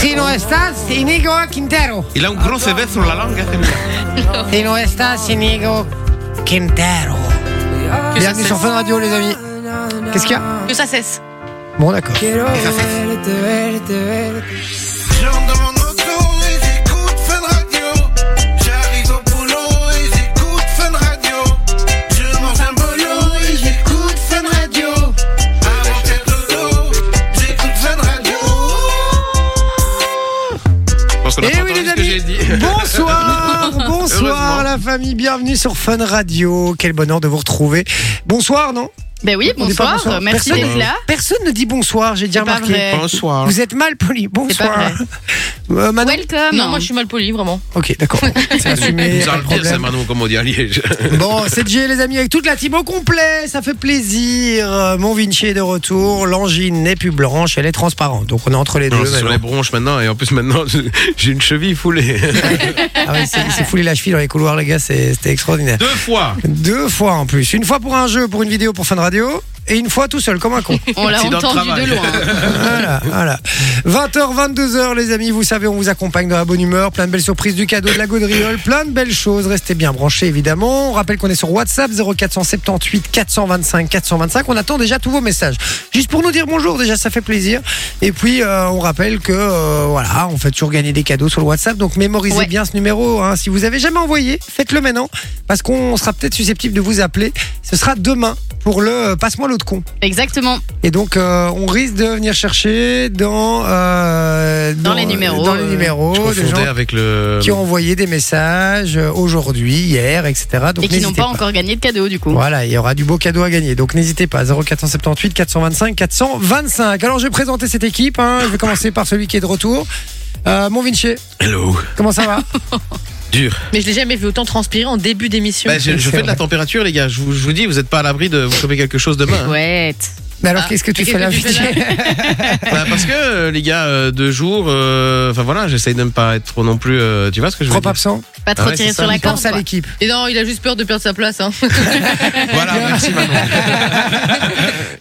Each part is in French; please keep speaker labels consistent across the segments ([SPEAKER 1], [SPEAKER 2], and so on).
[SPEAKER 1] Si no estás, Inigo Quintero.
[SPEAKER 2] Il a un grosse V sur la langue. hein,
[SPEAKER 1] Si no estás, Inigo Quintero.
[SPEAKER 3] Que ça
[SPEAKER 1] Bienvenue sur
[SPEAKER 3] cesse.
[SPEAKER 1] Fun Radio, les amis. Qu'est-ce qu'il y a
[SPEAKER 3] Que ça cesse.
[SPEAKER 1] Bon, d'accord.
[SPEAKER 4] J'entre dans mon auto et j'écoute Fun Radio. J'arrive au boulot et j'écoute Fun Radio. Je mange un bolo et j'écoute Fun Radio. Avant d'être dodo, j'écoute Fun Radio.
[SPEAKER 2] Je pense qu'on a
[SPEAKER 1] Eh
[SPEAKER 2] pas
[SPEAKER 1] oui,
[SPEAKER 2] entendu
[SPEAKER 1] les
[SPEAKER 2] ce que j'ai
[SPEAKER 1] amis.
[SPEAKER 2] dit.
[SPEAKER 1] Bonsoir, bonsoir
[SPEAKER 2] Heureusement.
[SPEAKER 1] la famille. Bienvenue sur Fun Radio. Quel bonheur de vous retrouver. Bonsoir, non
[SPEAKER 3] Ben oui,
[SPEAKER 1] On dit pas
[SPEAKER 3] bonsoir. Merci
[SPEAKER 1] Personne-
[SPEAKER 3] d'être là.
[SPEAKER 1] Personne ne dit bonsoir, j'ai déjà
[SPEAKER 3] C'est pas
[SPEAKER 1] remarqué.
[SPEAKER 3] vrai.
[SPEAKER 2] Bonsoir.
[SPEAKER 1] Vous êtes mal poli. Bonsoir.
[SPEAKER 3] vrai.
[SPEAKER 1] Euh, Manon
[SPEAKER 3] Welcome.
[SPEAKER 5] Non, moi je suis mal poli, vraiment.
[SPEAKER 1] Ok, d'accord. C'est assumé. pas
[SPEAKER 2] Vous
[SPEAKER 1] de
[SPEAKER 2] enlevez
[SPEAKER 1] problème.
[SPEAKER 2] ça, Manon, comme on dit à Liège.
[SPEAKER 1] Bon, c'est Jay, les amis, avec toute la team au complet. Ça fait plaisir. Euh, Mon Vinci est de retour. L'angine n'est plus blanche, elle est transparente. Donc on est entre les deux.
[SPEAKER 2] Non, c'est sur
[SPEAKER 1] maintenant.
[SPEAKER 2] les bronches maintenant, et en plus maintenant, j'ai une cheville foulée.
[SPEAKER 1] Ah ouais, c'est- il s'est foulé la cheville dans les couloirs, les gars. c'est- C'était extraordinaire.
[SPEAKER 2] Deux fois.
[SPEAKER 1] Deux fois en plus. Une fois pour un jeu, pour une vidéo, pour Fun Radio. Et une fois tout seul, comme un con.
[SPEAKER 5] On l'a
[SPEAKER 2] Accident de
[SPEAKER 5] entendu
[SPEAKER 2] travail.
[SPEAKER 5] de loin.
[SPEAKER 1] Voilà, voilà. 20h, 22h, les amis, vous savez, on vous accompagne dans la bonne humeur. Plein de belles surprises, du cadeau, de la gaudriole, plein de belles choses. Restez bien branchés, évidemment. On rappelle qu'on est sur WhatsApp 0478 425 425. On attend déjà tous vos messages. Juste pour nous dire bonjour, déjà, ça fait plaisir. Et puis, euh, on rappelle que, euh, voilà, on fait toujours gagner des cadeaux sur le WhatsApp. Donc, mémorisez
[SPEAKER 5] Ouais.
[SPEAKER 1] bien ce numéro. hein. Si vous avez jamais envoyé, faites-le maintenant. Parce qu'on sera peut-être susceptible de vous appeler. Ce sera demain pour le euh, Passe-moi l'autre con.
[SPEAKER 5] Exactement.
[SPEAKER 1] Et donc, euh, on risque de venir chercher dans, euh,
[SPEAKER 5] Dans les numéros,
[SPEAKER 1] dans Oh, les
[SPEAKER 5] euh,
[SPEAKER 1] numéros
[SPEAKER 2] Je
[SPEAKER 1] des gens
[SPEAKER 2] confondais avec le.
[SPEAKER 1] qui ont envoyé des messages euh, aujourd'hui, hier, etc. Donc,
[SPEAKER 5] et qui n'ont
[SPEAKER 1] n'hésitez
[SPEAKER 5] pas, encore gagné de cadeau, du coup.
[SPEAKER 1] Voilà, il y aura du beau cadeau à gagner. Donc, n'hésitez pas. 0478 425 425. Alors, je vais présenter cette équipe. hein. Je vais commencer par celui qui est de retour. Euh, mon Vinci,
[SPEAKER 2] Hello.
[SPEAKER 1] comment ça va
[SPEAKER 2] Dur.
[SPEAKER 3] Mais je l'ai jamais vu autant transpirer en début d'émission.
[SPEAKER 1] Ben,
[SPEAKER 2] Bah, je, je fais de la température, les gars. Je vous, je vous dis, vous n'êtes pas à l'abri de vous choper quelque chose demain. hein.
[SPEAKER 5] Ouais.
[SPEAKER 1] Mais alors,
[SPEAKER 3] Ah,
[SPEAKER 1] qu'est-ce que tu
[SPEAKER 3] qu'est-ce
[SPEAKER 1] fais
[SPEAKER 3] que
[SPEAKER 1] là,
[SPEAKER 3] tu fais
[SPEAKER 1] Vinci
[SPEAKER 2] Bah, parce que, euh, les gars, euh, deux jours, euh, enfin voilà, j'essaye de ne pas être trop non plus. euh, tu vois ce que je veux
[SPEAKER 1] Trop
[SPEAKER 2] dire
[SPEAKER 1] absent.
[SPEAKER 5] Pas trop
[SPEAKER 2] Ah ouais,
[SPEAKER 5] tiré
[SPEAKER 2] c'est ça,
[SPEAKER 5] sur la
[SPEAKER 2] il
[SPEAKER 5] corde.
[SPEAKER 1] Pense à
[SPEAKER 5] quoi.
[SPEAKER 1] l'équipe.
[SPEAKER 3] Et non, il a juste peur de perdre sa place. Hein.
[SPEAKER 2] Voilà, merci Manon.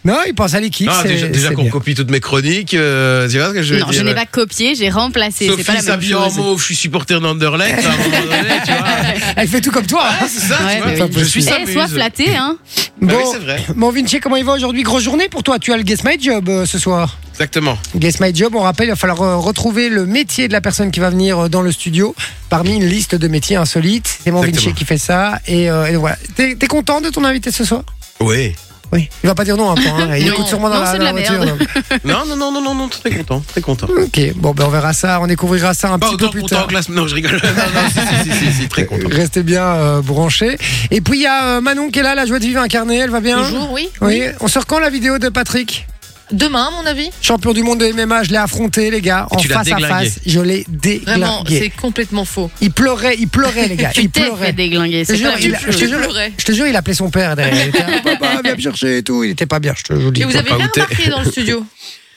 [SPEAKER 1] Non, il pense à l'équipe.
[SPEAKER 2] Ah,
[SPEAKER 1] c'est-
[SPEAKER 2] déjà déjà
[SPEAKER 1] c'est
[SPEAKER 2] qu'on
[SPEAKER 1] bien.
[SPEAKER 2] copie toutes mes chroniques, euh, tu vois ce que je veux
[SPEAKER 5] Non,
[SPEAKER 2] dire
[SPEAKER 5] je n'ai pas copié, j'ai remplacé.
[SPEAKER 2] Sophie
[SPEAKER 5] C'est pas la même
[SPEAKER 2] s'habille en
[SPEAKER 5] chose.
[SPEAKER 2] mauve, je suis supporter d'Anderlecht, à un moment donné, tu vois.
[SPEAKER 1] Elle fait tout comme toi. hein.
[SPEAKER 2] C'est ça,
[SPEAKER 5] Ouais,
[SPEAKER 2] tu vois,
[SPEAKER 5] bah oui.
[SPEAKER 2] je suis
[SPEAKER 5] Eh,
[SPEAKER 2] ça.
[SPEAKER 5] sois flatté, hein.
[SPEAKER 2] Bah
[SPEAKER 1] Bon,
[SPEAKER 2] oui, c'est vrai.
[SPEAKER 1] Mon Vinci, comment il va aujourd'hui Grosse journée pour toi. Tu as le Guess My Job euh, ce soir.
[SPEAKER 2] Exactement.
[SPEAKER 1] Guess My Job, on rappelle, il va falloir euh, retrouver le métier de la personne qui va venir euh, dans le studio parmi une liste de métiers insolites. C'est mon Vinci
[SPEAKER 2] Exactement.
[SPEAKER 1] qui fait ça. Et, euh, et voilà. T'es t'es content de ton invité ce soir
[SPEAKER 2] Oui.
[SPEAKER 1] Oui. Il va pas dire non un point. hein. Il
[SPEAKER 5] Non.
[SPEAKER 1] écoute sûrement dans
[SPEAKER 5] Non,
[SPEAKER 1] la,
[SPEAKER 5] c'est de
[SPEAKER 1] la
[SPEAKER 5] la
[SPEAKER 1] voiture.
[SPEAKER 5] merde.
[SPEAKER 1] donc.
[SPEAKER 2] Non, non, non, non, non, non, très content, très content.
[SPEAKER 1] ok, bon, ben on verra ça. On découvrira ça un
[SPEAKER 2] Pas
[SPEAKER 1] petit peu
[SPEAKER 2] autant
[SPEAKER 1] plus
[SPEAKER 2] content
[SPEAKER 1] tard.
[SPEAKER 2] que la semaine. Non, je rigole. Non, non, si, si, si, si, si, très content.
[SPEAKER 1] Restez bien euh, branchés. Et puis il y a euh, Manon qui est là, la joie de vivre incarnée. Elle va bien
[SPEAKER 3] Toujours, oui.
[SPEAKER 1] Oui. On sort quand la vidéo de Patrick
[SPEAKER 3] Demain, à mon avis.
[SPEAKER 1] Champion du monde de MMA, je l'ai affronté, les gars,
[SPEAKER 2] Et
[SPEAKER 1] en
[SPEAKER 2] tu l'as
[SPEAKER 1] face à
[SPEAKER 2] déglingué.
[SPEAKER 1] face. Je l'ai
[SPEAKER 3] Vraiment,
[SPEAKER 1] déglingué.
[SPEAKER 3] c'est complètement faux.
[SPEAKER 1] Il pleurait, il pleurait, les gars.
[SPEAKER 5] Tu
[SPEAKER 1] il
[SPEAKER 5] t'es fait
[SPEAKER 1] pleurait.
[SPEAKER 5] déglinguer.
[SPEAKER 1] Je te
[SPEAKER 5] C'est
[SPEAKER 1] jure,
[SPEAKER 5] pas la
[SPEAKER 1] il-
[SPEAKER 5] même
[SPEAKER 1] je te
[SPEAKER 3] Il
[SPEAKER 5] chose.
[SPEAKER 1] jure-
[SPEAKER 3] pleurait.
[SPEAKER 1] Je te jure, il appelait son père derrière. Il était, Ah, papa, viens me chercher et tout. Il était pas bien, je te je vous le dis.
[SPEAKER 3] Et vous
[SPEAKER 2] doit
[SPEAKER 3] avez
[SPEAKER 2] pas
[SPEAKER 3] bien
[SPEAKER 2] goûter.
[SPEAKER 3] remarqué dans le studio.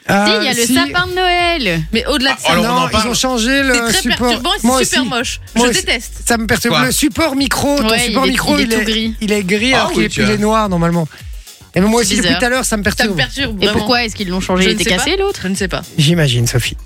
[SPEAKER 1] Euh,
[SPEAKER 5] Si, il y a le
[SPEAKER 1] si,
[SPEAKER 5] sapin de Noël.
[SPEAKER 3] Mais au-delà de
[SPEAKER 2] Ah,
[SPEAKER 3] ça,
[SPEAKER 2] alors,
[SPEAKER 1] non,
[SPEAKER 2] on en
[SPEAKER 1] ils
[SPEAKER 2] parle.
[SPEAKER 1] ont changé
[SPEAKER 3] c'est
[SPEAKER 1] le
[SPEAKER 3] très
[SPEAKER 1] support.
[SPEAKER 3] perturbant et
[SPEAKER 1] Moi
[SPEAKER 3] c'est super
[SPEAKER 1] aussi.
[SPEAKER 3] moche.
[SPEAKER 1] Moi
[SPEAKER 3] je
[SPEAKER 1] aussi.
[SPEAKER 3] déteste.
[SPEAKER 1] Ça me perturbe.
[SPEAKER 2] Quoi
[SPEAKER 1] Le support micro, ton
[SPEAKER 5] Ouais,
[SPEAKER 1] support
[SPEAKER 5] il est-
[SPEAKER 1] micro,
[SPEAKER 5] il est
[SPEAKER 1] il
[SPEAKER 5] tout
[SPEAKER 1] est
[SPEAKER 5] gris.
[SPEAKER 1] il est gris
[SPEAKER 2] Ah
[SPEAKER 1] alors qu'il
[SPEAKER 2] oui,
[SPEAKER 1] est-
[SPEAKER 2] tu
[SPEAKER 1] il
[SPEAKER 2] as-
[SPEAKER 1] est noir normalement. Et moi aussi, depuis
[SPEAKER 5] bizarre.
[SPEAKER 1] tout à l'heure, ça me
[SPEAKER 3] Ça me
[SPEAKER 1] perturbe.
[SPEAKER 3] perturbe.
[SPEAKER 5] Et
[SPEAKER 3] vraiment.
[SPEAKER 5] pourquoi est-ce qu'ils l'ont changé
[SPEAKER 3] Je
[SPEAKER 5] Il
[SPEAKER 3] ne
[SPEAKER 5] était
[SPEAKER 3] sais
[SPEAKER 5] cassé
[SPEAKER 3] pas.
[SPEAKER 5] l'autre
[SPEAKER 3] Je ne sais pas.
[SPEAKER 1] J'imagine, Sophie.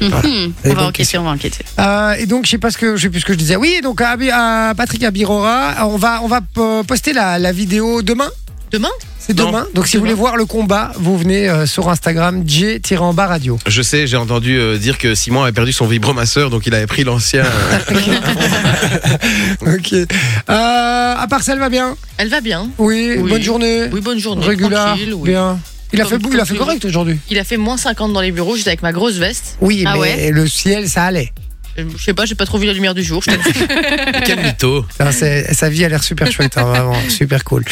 [SPEAKER 5] Mhm.
[SPEAKER 1] Et
[SPEAKER 5] On
[SPEAKER 1] donc,
[SPEAKER 5] va
[SPEAKER 1] qu'est-ce-
[SPEAKER 5] enquêter, on va enquêter.
[SPEAKER 1] Euh, et donc, je sais pas ce que, je sais plus ce que je disais. Oui, et donc à, Abi- à Patrick Abirora, on va, on va euh, poster la, la vidéo demain.
[SPEAKER 3] Demain
[SPEAKER 1] C'est
[SPEAKER 2] Non.
[SPEAKER 1] demain. Donc, si vous
[SPEAKER 3] Demain.
[SPEAKER 1] voulez voir le combat, vous venez euh, sur Instagram j-bas radio.
[SPEAKER 2] Je sais, j'ai entendu euh, dire que Simon avait perdu son vibromasseur, donc il avait pris l'ancien. euh,
[SPEAKER 1] ok. Euh, à part ça, elle va bien.
[SPEAKER 3] Elle va bien.
[SPEAKER 1] Oui,
[SPEAKER 3] Oui.
[SPEAKER 1] Bonne journée.
[SPEAKER 3] Oui, bonne journée.
[SPEAKER 1] Régulière.
[SPEAKER 3] Tranquille, oui.
[SPEAKER 1] Bien. Il a fait, beau- il a fait
[SPEAKER 3] Tranquille.
[SPEAKER 1] correct aujourd'hui.
[SPEAKER 3] Il a fait moins 50 dans les bureaux, j'étais avec ma grosse veste.
[SPEAKER 1] Oui,
[SPEAKER 5] Ah
[SPEAKER 1] mais
[SPEAKER 5] ouais
[SPEAKER 1] le ciel, ça allait.
[SPEAKER 3] Euh, Je sais pas, j'ai pas trop vu la lumière du jour. je t'avoue.
[SPEAKER 2] Quel mytho.
[SPEAKER 1] Putain, c'est- sa vie a l'air super chouette, hein, vraiment, super cool.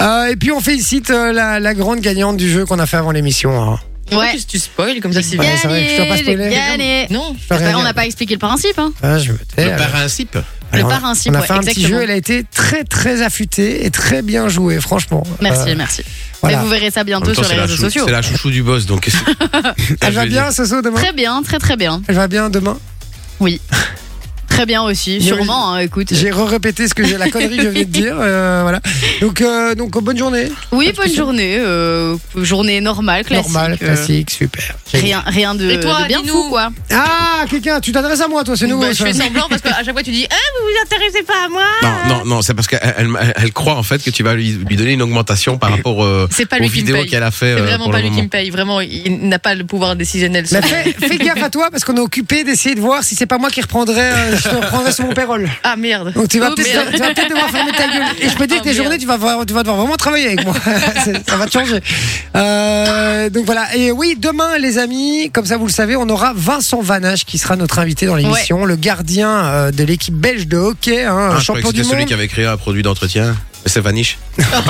[SPEAKER 1] Euh, et puis on félicite euh, la, la grande gagnante du jeu qu'on a fait avant l'émission. hein.
[SPEAKER 3] Pourquoi est-ce que tu spoil comme ça, c'est
[SPEAKER 1] Ouais, c'est vrai que je dois pas
[SPEAKER 5] Gagné, j'ai
[SPEAKER 1] spoiler.
[SPEAKER 5] gagné.
[SPEAKER 3] Non.
[SPEAKER 1] Je peux rien
[SPEAKER 5] Enfin, On
[SPEAKER 1] dire.
[SPEAKER 5] n'a pas expliqué le principe. hein.
[SPEAKER 1] Ah, ben, je me tais,
[SPEAKER 2] Le
[SPEAKER 1] alors.
[SPEAKER 2] principe.
[SPEAKER 5] Le
[SPEAKER 1] on a-
[SPEAKER 5] principe,
[SPEAKER 1] On a
[SPEAKER 5] ouais,
[SPEAKER 1] fait un petit
[SPEAKER 5] exactement.
[SPEAKER 1] jeu, elle a été très très affûtée et très bien jouée, franchement.
[SPEAKER 5] Merci,
[SPEAKER 1] Euh,
[SPEAKER 5] merci.
[SPEAKER 1] voilà.
[SPEAKER 5] Mais vous verrez ça
[SPEAKER 2] En
[SPEAKER 5] bientôt
[SPEAKER 2] même temps,
[SPEAKER 5] sur
[SPEAKER 2] c'est
[SPEAKER 5] les
[SPEAKER 2] la,
[SPEAKER 5] réseaux
[SPEAKER 2] chou-
[SPEAKER 5] sociaux.
[SPEAKER 2] c'est la chouchou du boss, donc. qu'est-ce que- Ah,
[SPEAKER 1] Elle
[SPEAKER 2] je
[SPEAKER 1] va
[SPEAKER 2] vais
[SPEAKER 1] bien, Soso, demain
[SPEAKER 5] Très bien, très très bien.
[SPEAKER 1] Elle va bien demain
[SPEAKER 5] Oui. Très bien aussi, sûrement, hein, écoute.
[SPEAKER 1] J'ai re-répété ce que j'ai la connerie que je venais de dire. euh, voilà. Donc, euh, donc bonne journée.
[SPEAKER 5] Oui, bonne journée. euh, journée normale, classique.
[SPEAKER 1] Normal,
[SPEAKER 5] euh,
[SPEAKER 1] classique, super.
[SPEAKER 5] Rien, rien de,
[SPEAKER 3] Et toi,
[SPEAKER 5] Euh, de bien
[SPEAKER 3] dis-nous.
[SPEAKER 5] fou, quoi.
[SPEAKER 1] Ah, quelqu'un, tu t'adresses à moi, toi, c'est nouveau.
[SPEAKER 3] Bah, je
[SPEAKER 1] ça.
[SPEAKER 3] fais semblant parce qu'à chaque fois tu dis Ah, vous vous intéressez pas à moi
[SPEAKER 2] Non, non, non, c'est parce qu'elle elle, elle croit en fait que tu vas lui, lui donner une augmentation par rapport euh,
[SPEAKER 3] C'est pas
[SPEAKER 2] aux
[SPEAKER 3] lui qui me
[SPEAKER 2] vidéos
[SPEAKER 3] paye.
[SPEAKER 2] qu'elle a fait
[SPEAKER 3] C'est
[SPEAKER 2] euh,
[SPEAKER 3] vraiment
[SPEAKER 2] pour
[SPEAKER 3] pas
[SPEAKER 2] le
[SPEAKER 3] lui qui
[SPEAKER 2] moment.
[SPEAKER 3] me paye. Vraiment, il n'a pas le pouvoir décisionnel.
[SPEAKER 1] Mais fais, fais gaffe à toi parce qu'on est occupé d'essayer de voir si c'est pas moi qui reprendrais, euh, je te reprendrais sur mon pérole.
[SPEAKER 3] Ah merde.
[SPEAKER 1] Donc tu vas
[SPEAKER 3] Oh,
[SPEAKER 1] peut-être
[SPEAKER 3] merde.
[SPEAKER 1] tu vas peut-être devoir fermer ta gueule. Et je peux dire
[SPEAKER 3] Oh,
[SPEAKER 1] que tes
[SPEAKER 3] merde.
[SPEAKER 1] journées, tu vas, voir- tu vas devoir vraiment travailler avec moi. C'est- ça va te changer. Euh, donc voilà. Et oui, demain, les amis, comme ça vous le savez, on aura Vincent Vanage qui sera notre invité dans l'émission, le gardien euh, de l'équipe belge de hockey, hein,
[SPEAKER 2] Ah, je croyais que
[SPEAKER 1] champion du
[SPEAKER 2] c'était celui
[SPEAKER 1] monde.
[SPEAKER 2] qui avait créé un produit d'entretien. C'est Vanish.
[SPEAKER 1] Ah,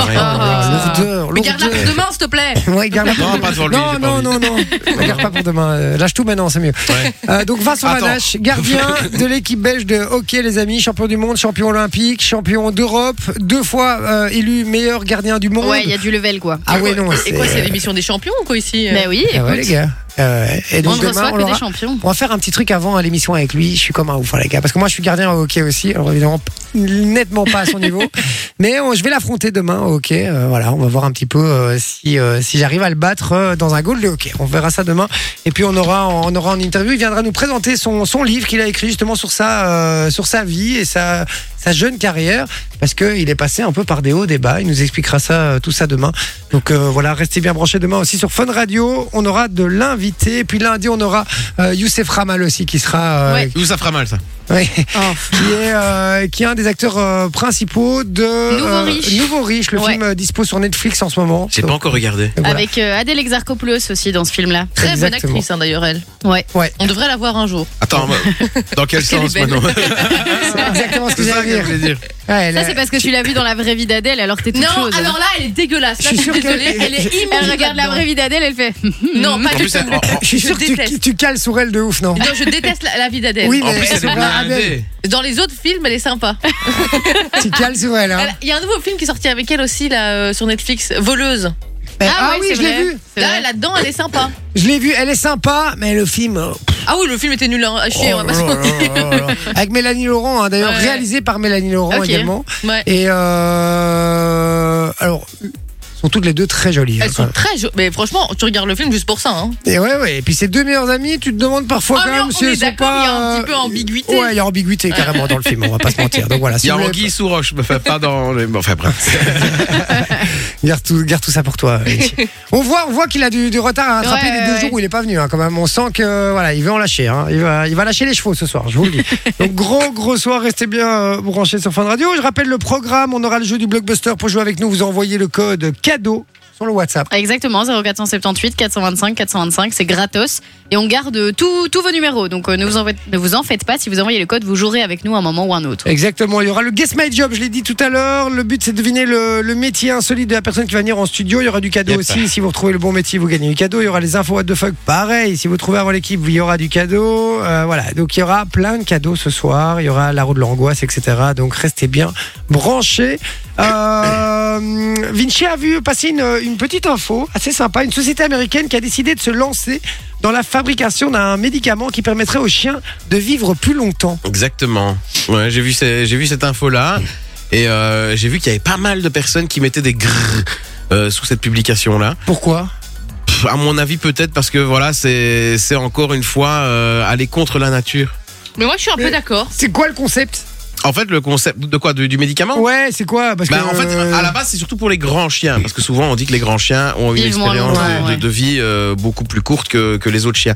[SPEAKER 1] Lourdeur,
[SPEAKER 5] Mais garde-la
[SPEAKER 1] lourdeur.
[SPEAKER 5] pour demain, s'il te plaît.
[SPEAKER 1] Ouais, garde-la pour
[SPEAKER 2] Non,
[SPEAKER 1] demain.
[SPEAKER 2] pas devant lui,
[SPEAKER 1] Non,
[SPEAKER 2] j'ai pas
[SPEAKER 1] non,
[SPEAKER 2] envie.
[SPEAKER 1] non, non. Regarde pas pour demain. Euh, Lâche tout maintenant, c'est mieux.
[SPEAKER 2] Ouais.
[SPEAKER 1] Euh, donc Vincent
[SPEAKER 2] Attends.
[SPEAKER 1] Vanache, gardien de l'équipe belge de hockey, les amis, champion du monde, champion olympique, champion d'Europe, deux fois euh, élu meilleur gardien du monde.
[SPEAKER 5] Ouais, il y a du level, quoi.
[SPEAKER 1] Ah ouais, non.
[SPEAKER 3] Et quoi, c'est l'émission des champions ou quoi ici euh
[SPEAKER 5] Bah oui,
[SPEAKER 1] Ah ouais,
[SPEAKER 5] écoute,
[SPEAKER 1] les gars. Euh, et
[SPEAKER 5] on
[SPEAKER 1] donc
[SPEAKER 5] ne
[SPEAKER 1] demain,
[SPEAKER 5] reçoit
[SPEAKER 1] on,
[SPEAKER 5] que
[SPEAKER 1] aura-
[SPEAKER 5] des champions.
[SPEAKER 1] on va faire un petit truc avant à l'émission avec lui. Je suis comme un ouf, hein, les gars, parce que moi, je suis gardien au hockey aussi. Alors évidemment, p- nettement pas à son niveau, mais on- je vais l'affronter demain au hockey. Euh, voilà, on va voir un petit peu euh, si euh, si j'arrive à le battre euh, dans un goal de hockey. On verra ça demain. Et puis on aura on aura en interview. Il viendra nous présenter son son livre qu'il a écrit justement sur sa euh, sur sa vie et sa sa jeune carrière parce que il est passé un peu par des hauts, des bas. Il nous expliquera ça, euh, tout ça demain. Donc euh, voilà, restez bien branchés demain aussi sur Fun Radio. On aura de l'invité. Et Puis lundi, on aura euh, Youssef Ramal aussi qui sera. euh,
[SPEAKER 5] Ouais.
[SPEAKER 2] Où ça fera mal ça
[SPEAKER 1] ouais,
[SPEAKER 3] Oh.
[SPEAKER 1] qui est euh, qui est un des acteurs euh, principaux de euh,
[SPEAKER 5] Nouveau Riche.
[SPEAKER 1] Nouveau Riche, le
[SPEAKER 5] Ouais.
[SPEAKER 1] film euh, dispo sur Netflix en ce moment.
[SPEAKER 2] J'ai
[SPEAKER 1] Donc,
[SPEAKER 2] pas encore regardé.
[SPEAKER 1] voilà.
[SPEAKER 5] Avec euh, Adèle Exarchopoulos aussi dans ce film-là.
[SPEAKER 3] Très
[SPEAKER 1] Exactement.
[SPEAKER 3] bonne actrice hein, d'ailleurs elle.
[SPEAKER 5] Ouais.
[SPEAKER 1] Ouais.
[SPEAKER 3] On devrait la voir un jour.
[SPEAKER 2] Attends, dans quel
[SPEAKER 3] Ah. qu'elle
[SPEAKER 2] sens
[SPEAKER 3] est belle.
[SPEAKER 2] maintenant
[SPEAKER 1] C'est exactement ce que
[SPEAKER 2] C'est ça que
[SPEAKER 1] j'allais
[SPEAKER 2] je
[SPEAKER 1] dire.
[SPEAKER 2] voulais dire.
[SPEAKER 1] Ouais,
[SPEAKER 5] Ça,
[SPEAKER 1] là-
[SPEAKER 5] c'est parce que tu l'as vu dans la vraie vie d'Adèle, alors t'es toute chose.
[SPEAKER 3] là elle est dégueulasse.
[SPEAKER 1] Je suis sûr qu'elle- je-
[SPEAKER 5] elle regarde la vraie vie d'Adèle, elle fait.
[SPEAKER 3] vie. Non, pas
[SPEAKER 2] En
[SPEAKER 3] du
[SPEAKER 2] plus,
[SPEAKER 3] tout.
[SPEAKER 2] elle- en- en-
[SPEAKER 1] je suis
[SPEAKER 3] Ah, Je
[SPEAKER 1] sûr que tu,
[SPEAKER 3] déteste.
[SPEAKER 1] tu cales sur elle de ouf, non
[SPEAKER 3] Non, je déteste la, la vie d'Adèle.
[SPEAKER 1] Oui,
[SPEAKER 2] en
[SPEAKER 1] mais
[SPEAKER 2] plus,
[SPEAKER 1] c'est
[SPEAKER 2] elle est
[SPEAKER 1] pas Adèle.
[SPEAKER 2] blindée.
[SPEAKER 3] Dans les autres films, elle est sympa.
[SPEAKER 1] Tu cales sur elle, hein
[SPEAKER 5] Ah,
[SPEAKER 3] Elle- Il y a un nouveau film qui est sorti avec elle aussi là euh, sur Netflix, Voleuse.
[SPEAKER 1] Ah oui,
[SPEAKER 5] c'est
[SPEAKER 1] je l'ai
[SPEAKER 5] vrai,
[SPEAKER 1] vu.
[SPEAKER 5] c'est
[SPEAKER 3] Là,
[SPEAKER 5] vrai.
[SPEAKER 3] là-dedans, elle est sympa.
[SPEAKER 1] Je l'ai vu, elle est sympa, mais le film. euh, pff,
[SPEAKER 3] Ah oui, le film était nul hein, à chier.
[SPEAKER 1] oh
[SPEAKER 3] on va pas se
[SPEAKER 1] là
[SPEAKER 3] mentir.
[SPEAKER 1] là là là. Avec Mélanie Laurent, hein, d'ailleurs,
[SPEAKER 3] Ouais.
[SPEAKER 1] réalisé par Mélanie Laurent
[SPEAKER 3] Ok.
[SPEAKER 1] également.
[SPEAKER 3] Ouais.
[SPEAKER 1] Et euh, alors, elles sont toutes les deux très jolies. hein,
[SPEAKER 3] Elles
[SPEAKER 1] quand
[SPEAKER 3] sont
[SPEAKER 1] même.
[SPEAKER 3] très jo- Mais franchement, tu regardes le film juste pour ça. Hein.
[SPEAKER 1] Et ouais, ouais. Et puis ces deux meilleures amies, tu te demandes parfois
[SPEAKER 3] Ah,
[SPEAKER 1] quand
[SPEAKER 3] mais
[SPEAKER 1] même
[SPEAKER 3] on
[SPEAKER 1] si
[SPEAKER 3] est
[SPEAKER 1] elles sont
[SPEAKER 3] d'accord,
[SPEAKER 1] pas.
[SPEAKER 3] il y a un
[SPEAKER 1] euh,
[SPEAKER 3] petit peu ambiguïté.
[SPEAKER 1] Ouais, il y a ambiguïté carrément dans le film. On va pas se mentir. Donc voilà.
[SPEAKER 2] Il
[SPEAKER 1] si
[SPEAKER 2] y a
[SPEAKER 1] vous voulez-
[SPEAKER 2] Anguille sous roche, mais enfin, pas dans. le- bon, Enfin bref.
[SPEAKER 1] Garde tout, garde tout ça pour toi. Alexis. on voit, on voit qu'il a du, du retard à rattraper
[SPEAKER 5] Ouais,
[SPEAKER 1] les
[SPEAKER 5] ouais,
[SPEAKER 1] deux
[SPEAKER 5] ouais.
[SPEAKER 1] jours où il est pas venu. hein, quand même, on sent que voilà, il veut en lâcher. hein. Il va, il va lâcher les chevaux ce soir. Je vous le dis. Donc gros, gros soir. Restez bien euh, branchés sur Fun Radio. Je rappelle le programme. On aura le jeu du blockbuster pour jouer avec nous. Vous envoyez le code cadeau sur le WhatsApp.
[SPEAKER 5] Exactement, 0478 425 425, c'est gratos. Et on garde tous tous vos numéros, donc euh, ne, vous en faites, ne vous en faites pas. Si vous envoyez le code, vous jouerez avec nous un moment ou un autre.
[SPEAKER 1] Exactement. Il y aura le Guess My Job. Je l'ai dit tout à l'heure. Le but c'est de deviner le, le métier insolite de la personne qui va venir en studio. Il y aura du cadeau
[SPEAKER 2] Yep.
[SPEAKER 1] aussi. Si vous retrouvez le bon métier, vous gagnez du cadeau. Il y aura les infos what the fuck. Pareil. Si vous trouvez avant l'équipe, il y aura du cadeau. Euh, voilà. Donc il y aura plein de cadeaux ce soir. Il y aura la roue de l'angoisse, etc. Donc restez bien branchés. Euh, Vinci a vu passer une, une petite info assez sympa. Une société américaine qui a décidé de se lancer dans la fabrication d'un médicament qui permettrait aux chiens de vivre plus longtemps.
[SPEAKER 2] Exactement. Ouais, j'ai vu, ces- j'ai vu cette info là. Et euh, j'ai vu qu'il y avait pas mal de personnes qui mettaient des grrr euh, sous cette publication là.
[SPEAKER 1] Pourquoi
[SPEAKER 2] Pff, à mon avis, peut-être parce que voilà, c'est c'est encore une fois euh, aller contre la nature.
[SPEAKER 3] Mais moi, je suis un
[SPEAKER 1] Mais-
[SPEAKER 3] peu d'accord.
[SPEAKER 1] C'est quoi le concept
[SPEAKER 2] En fait, le concept de quoi du, du
[SPEAKER 5] Hein
[SPEAKER 2] médicament
[SPEAKER 1] Ouais, c'est quoi Parce
[SPEAKER 2] Bah,
[SPEAKER 1] que,
[SPEAKER 2] en fait,
[SPEAKER 1] euh,
[SPEAKER 2] à la base, c'est surtout pour les grands chiens, parce que souvent on dit que les grands chiens ont une
[SPEAKER 5] Vivent moins
[SPEAKER 2] expérience
[SPEAKER 5] longtemps,
[SPEAKER 2] de,
[SPEAKER 5] ouais.
[SPEAKER 2] de vie euh, beaucoup plus courte que, que les autres chiens.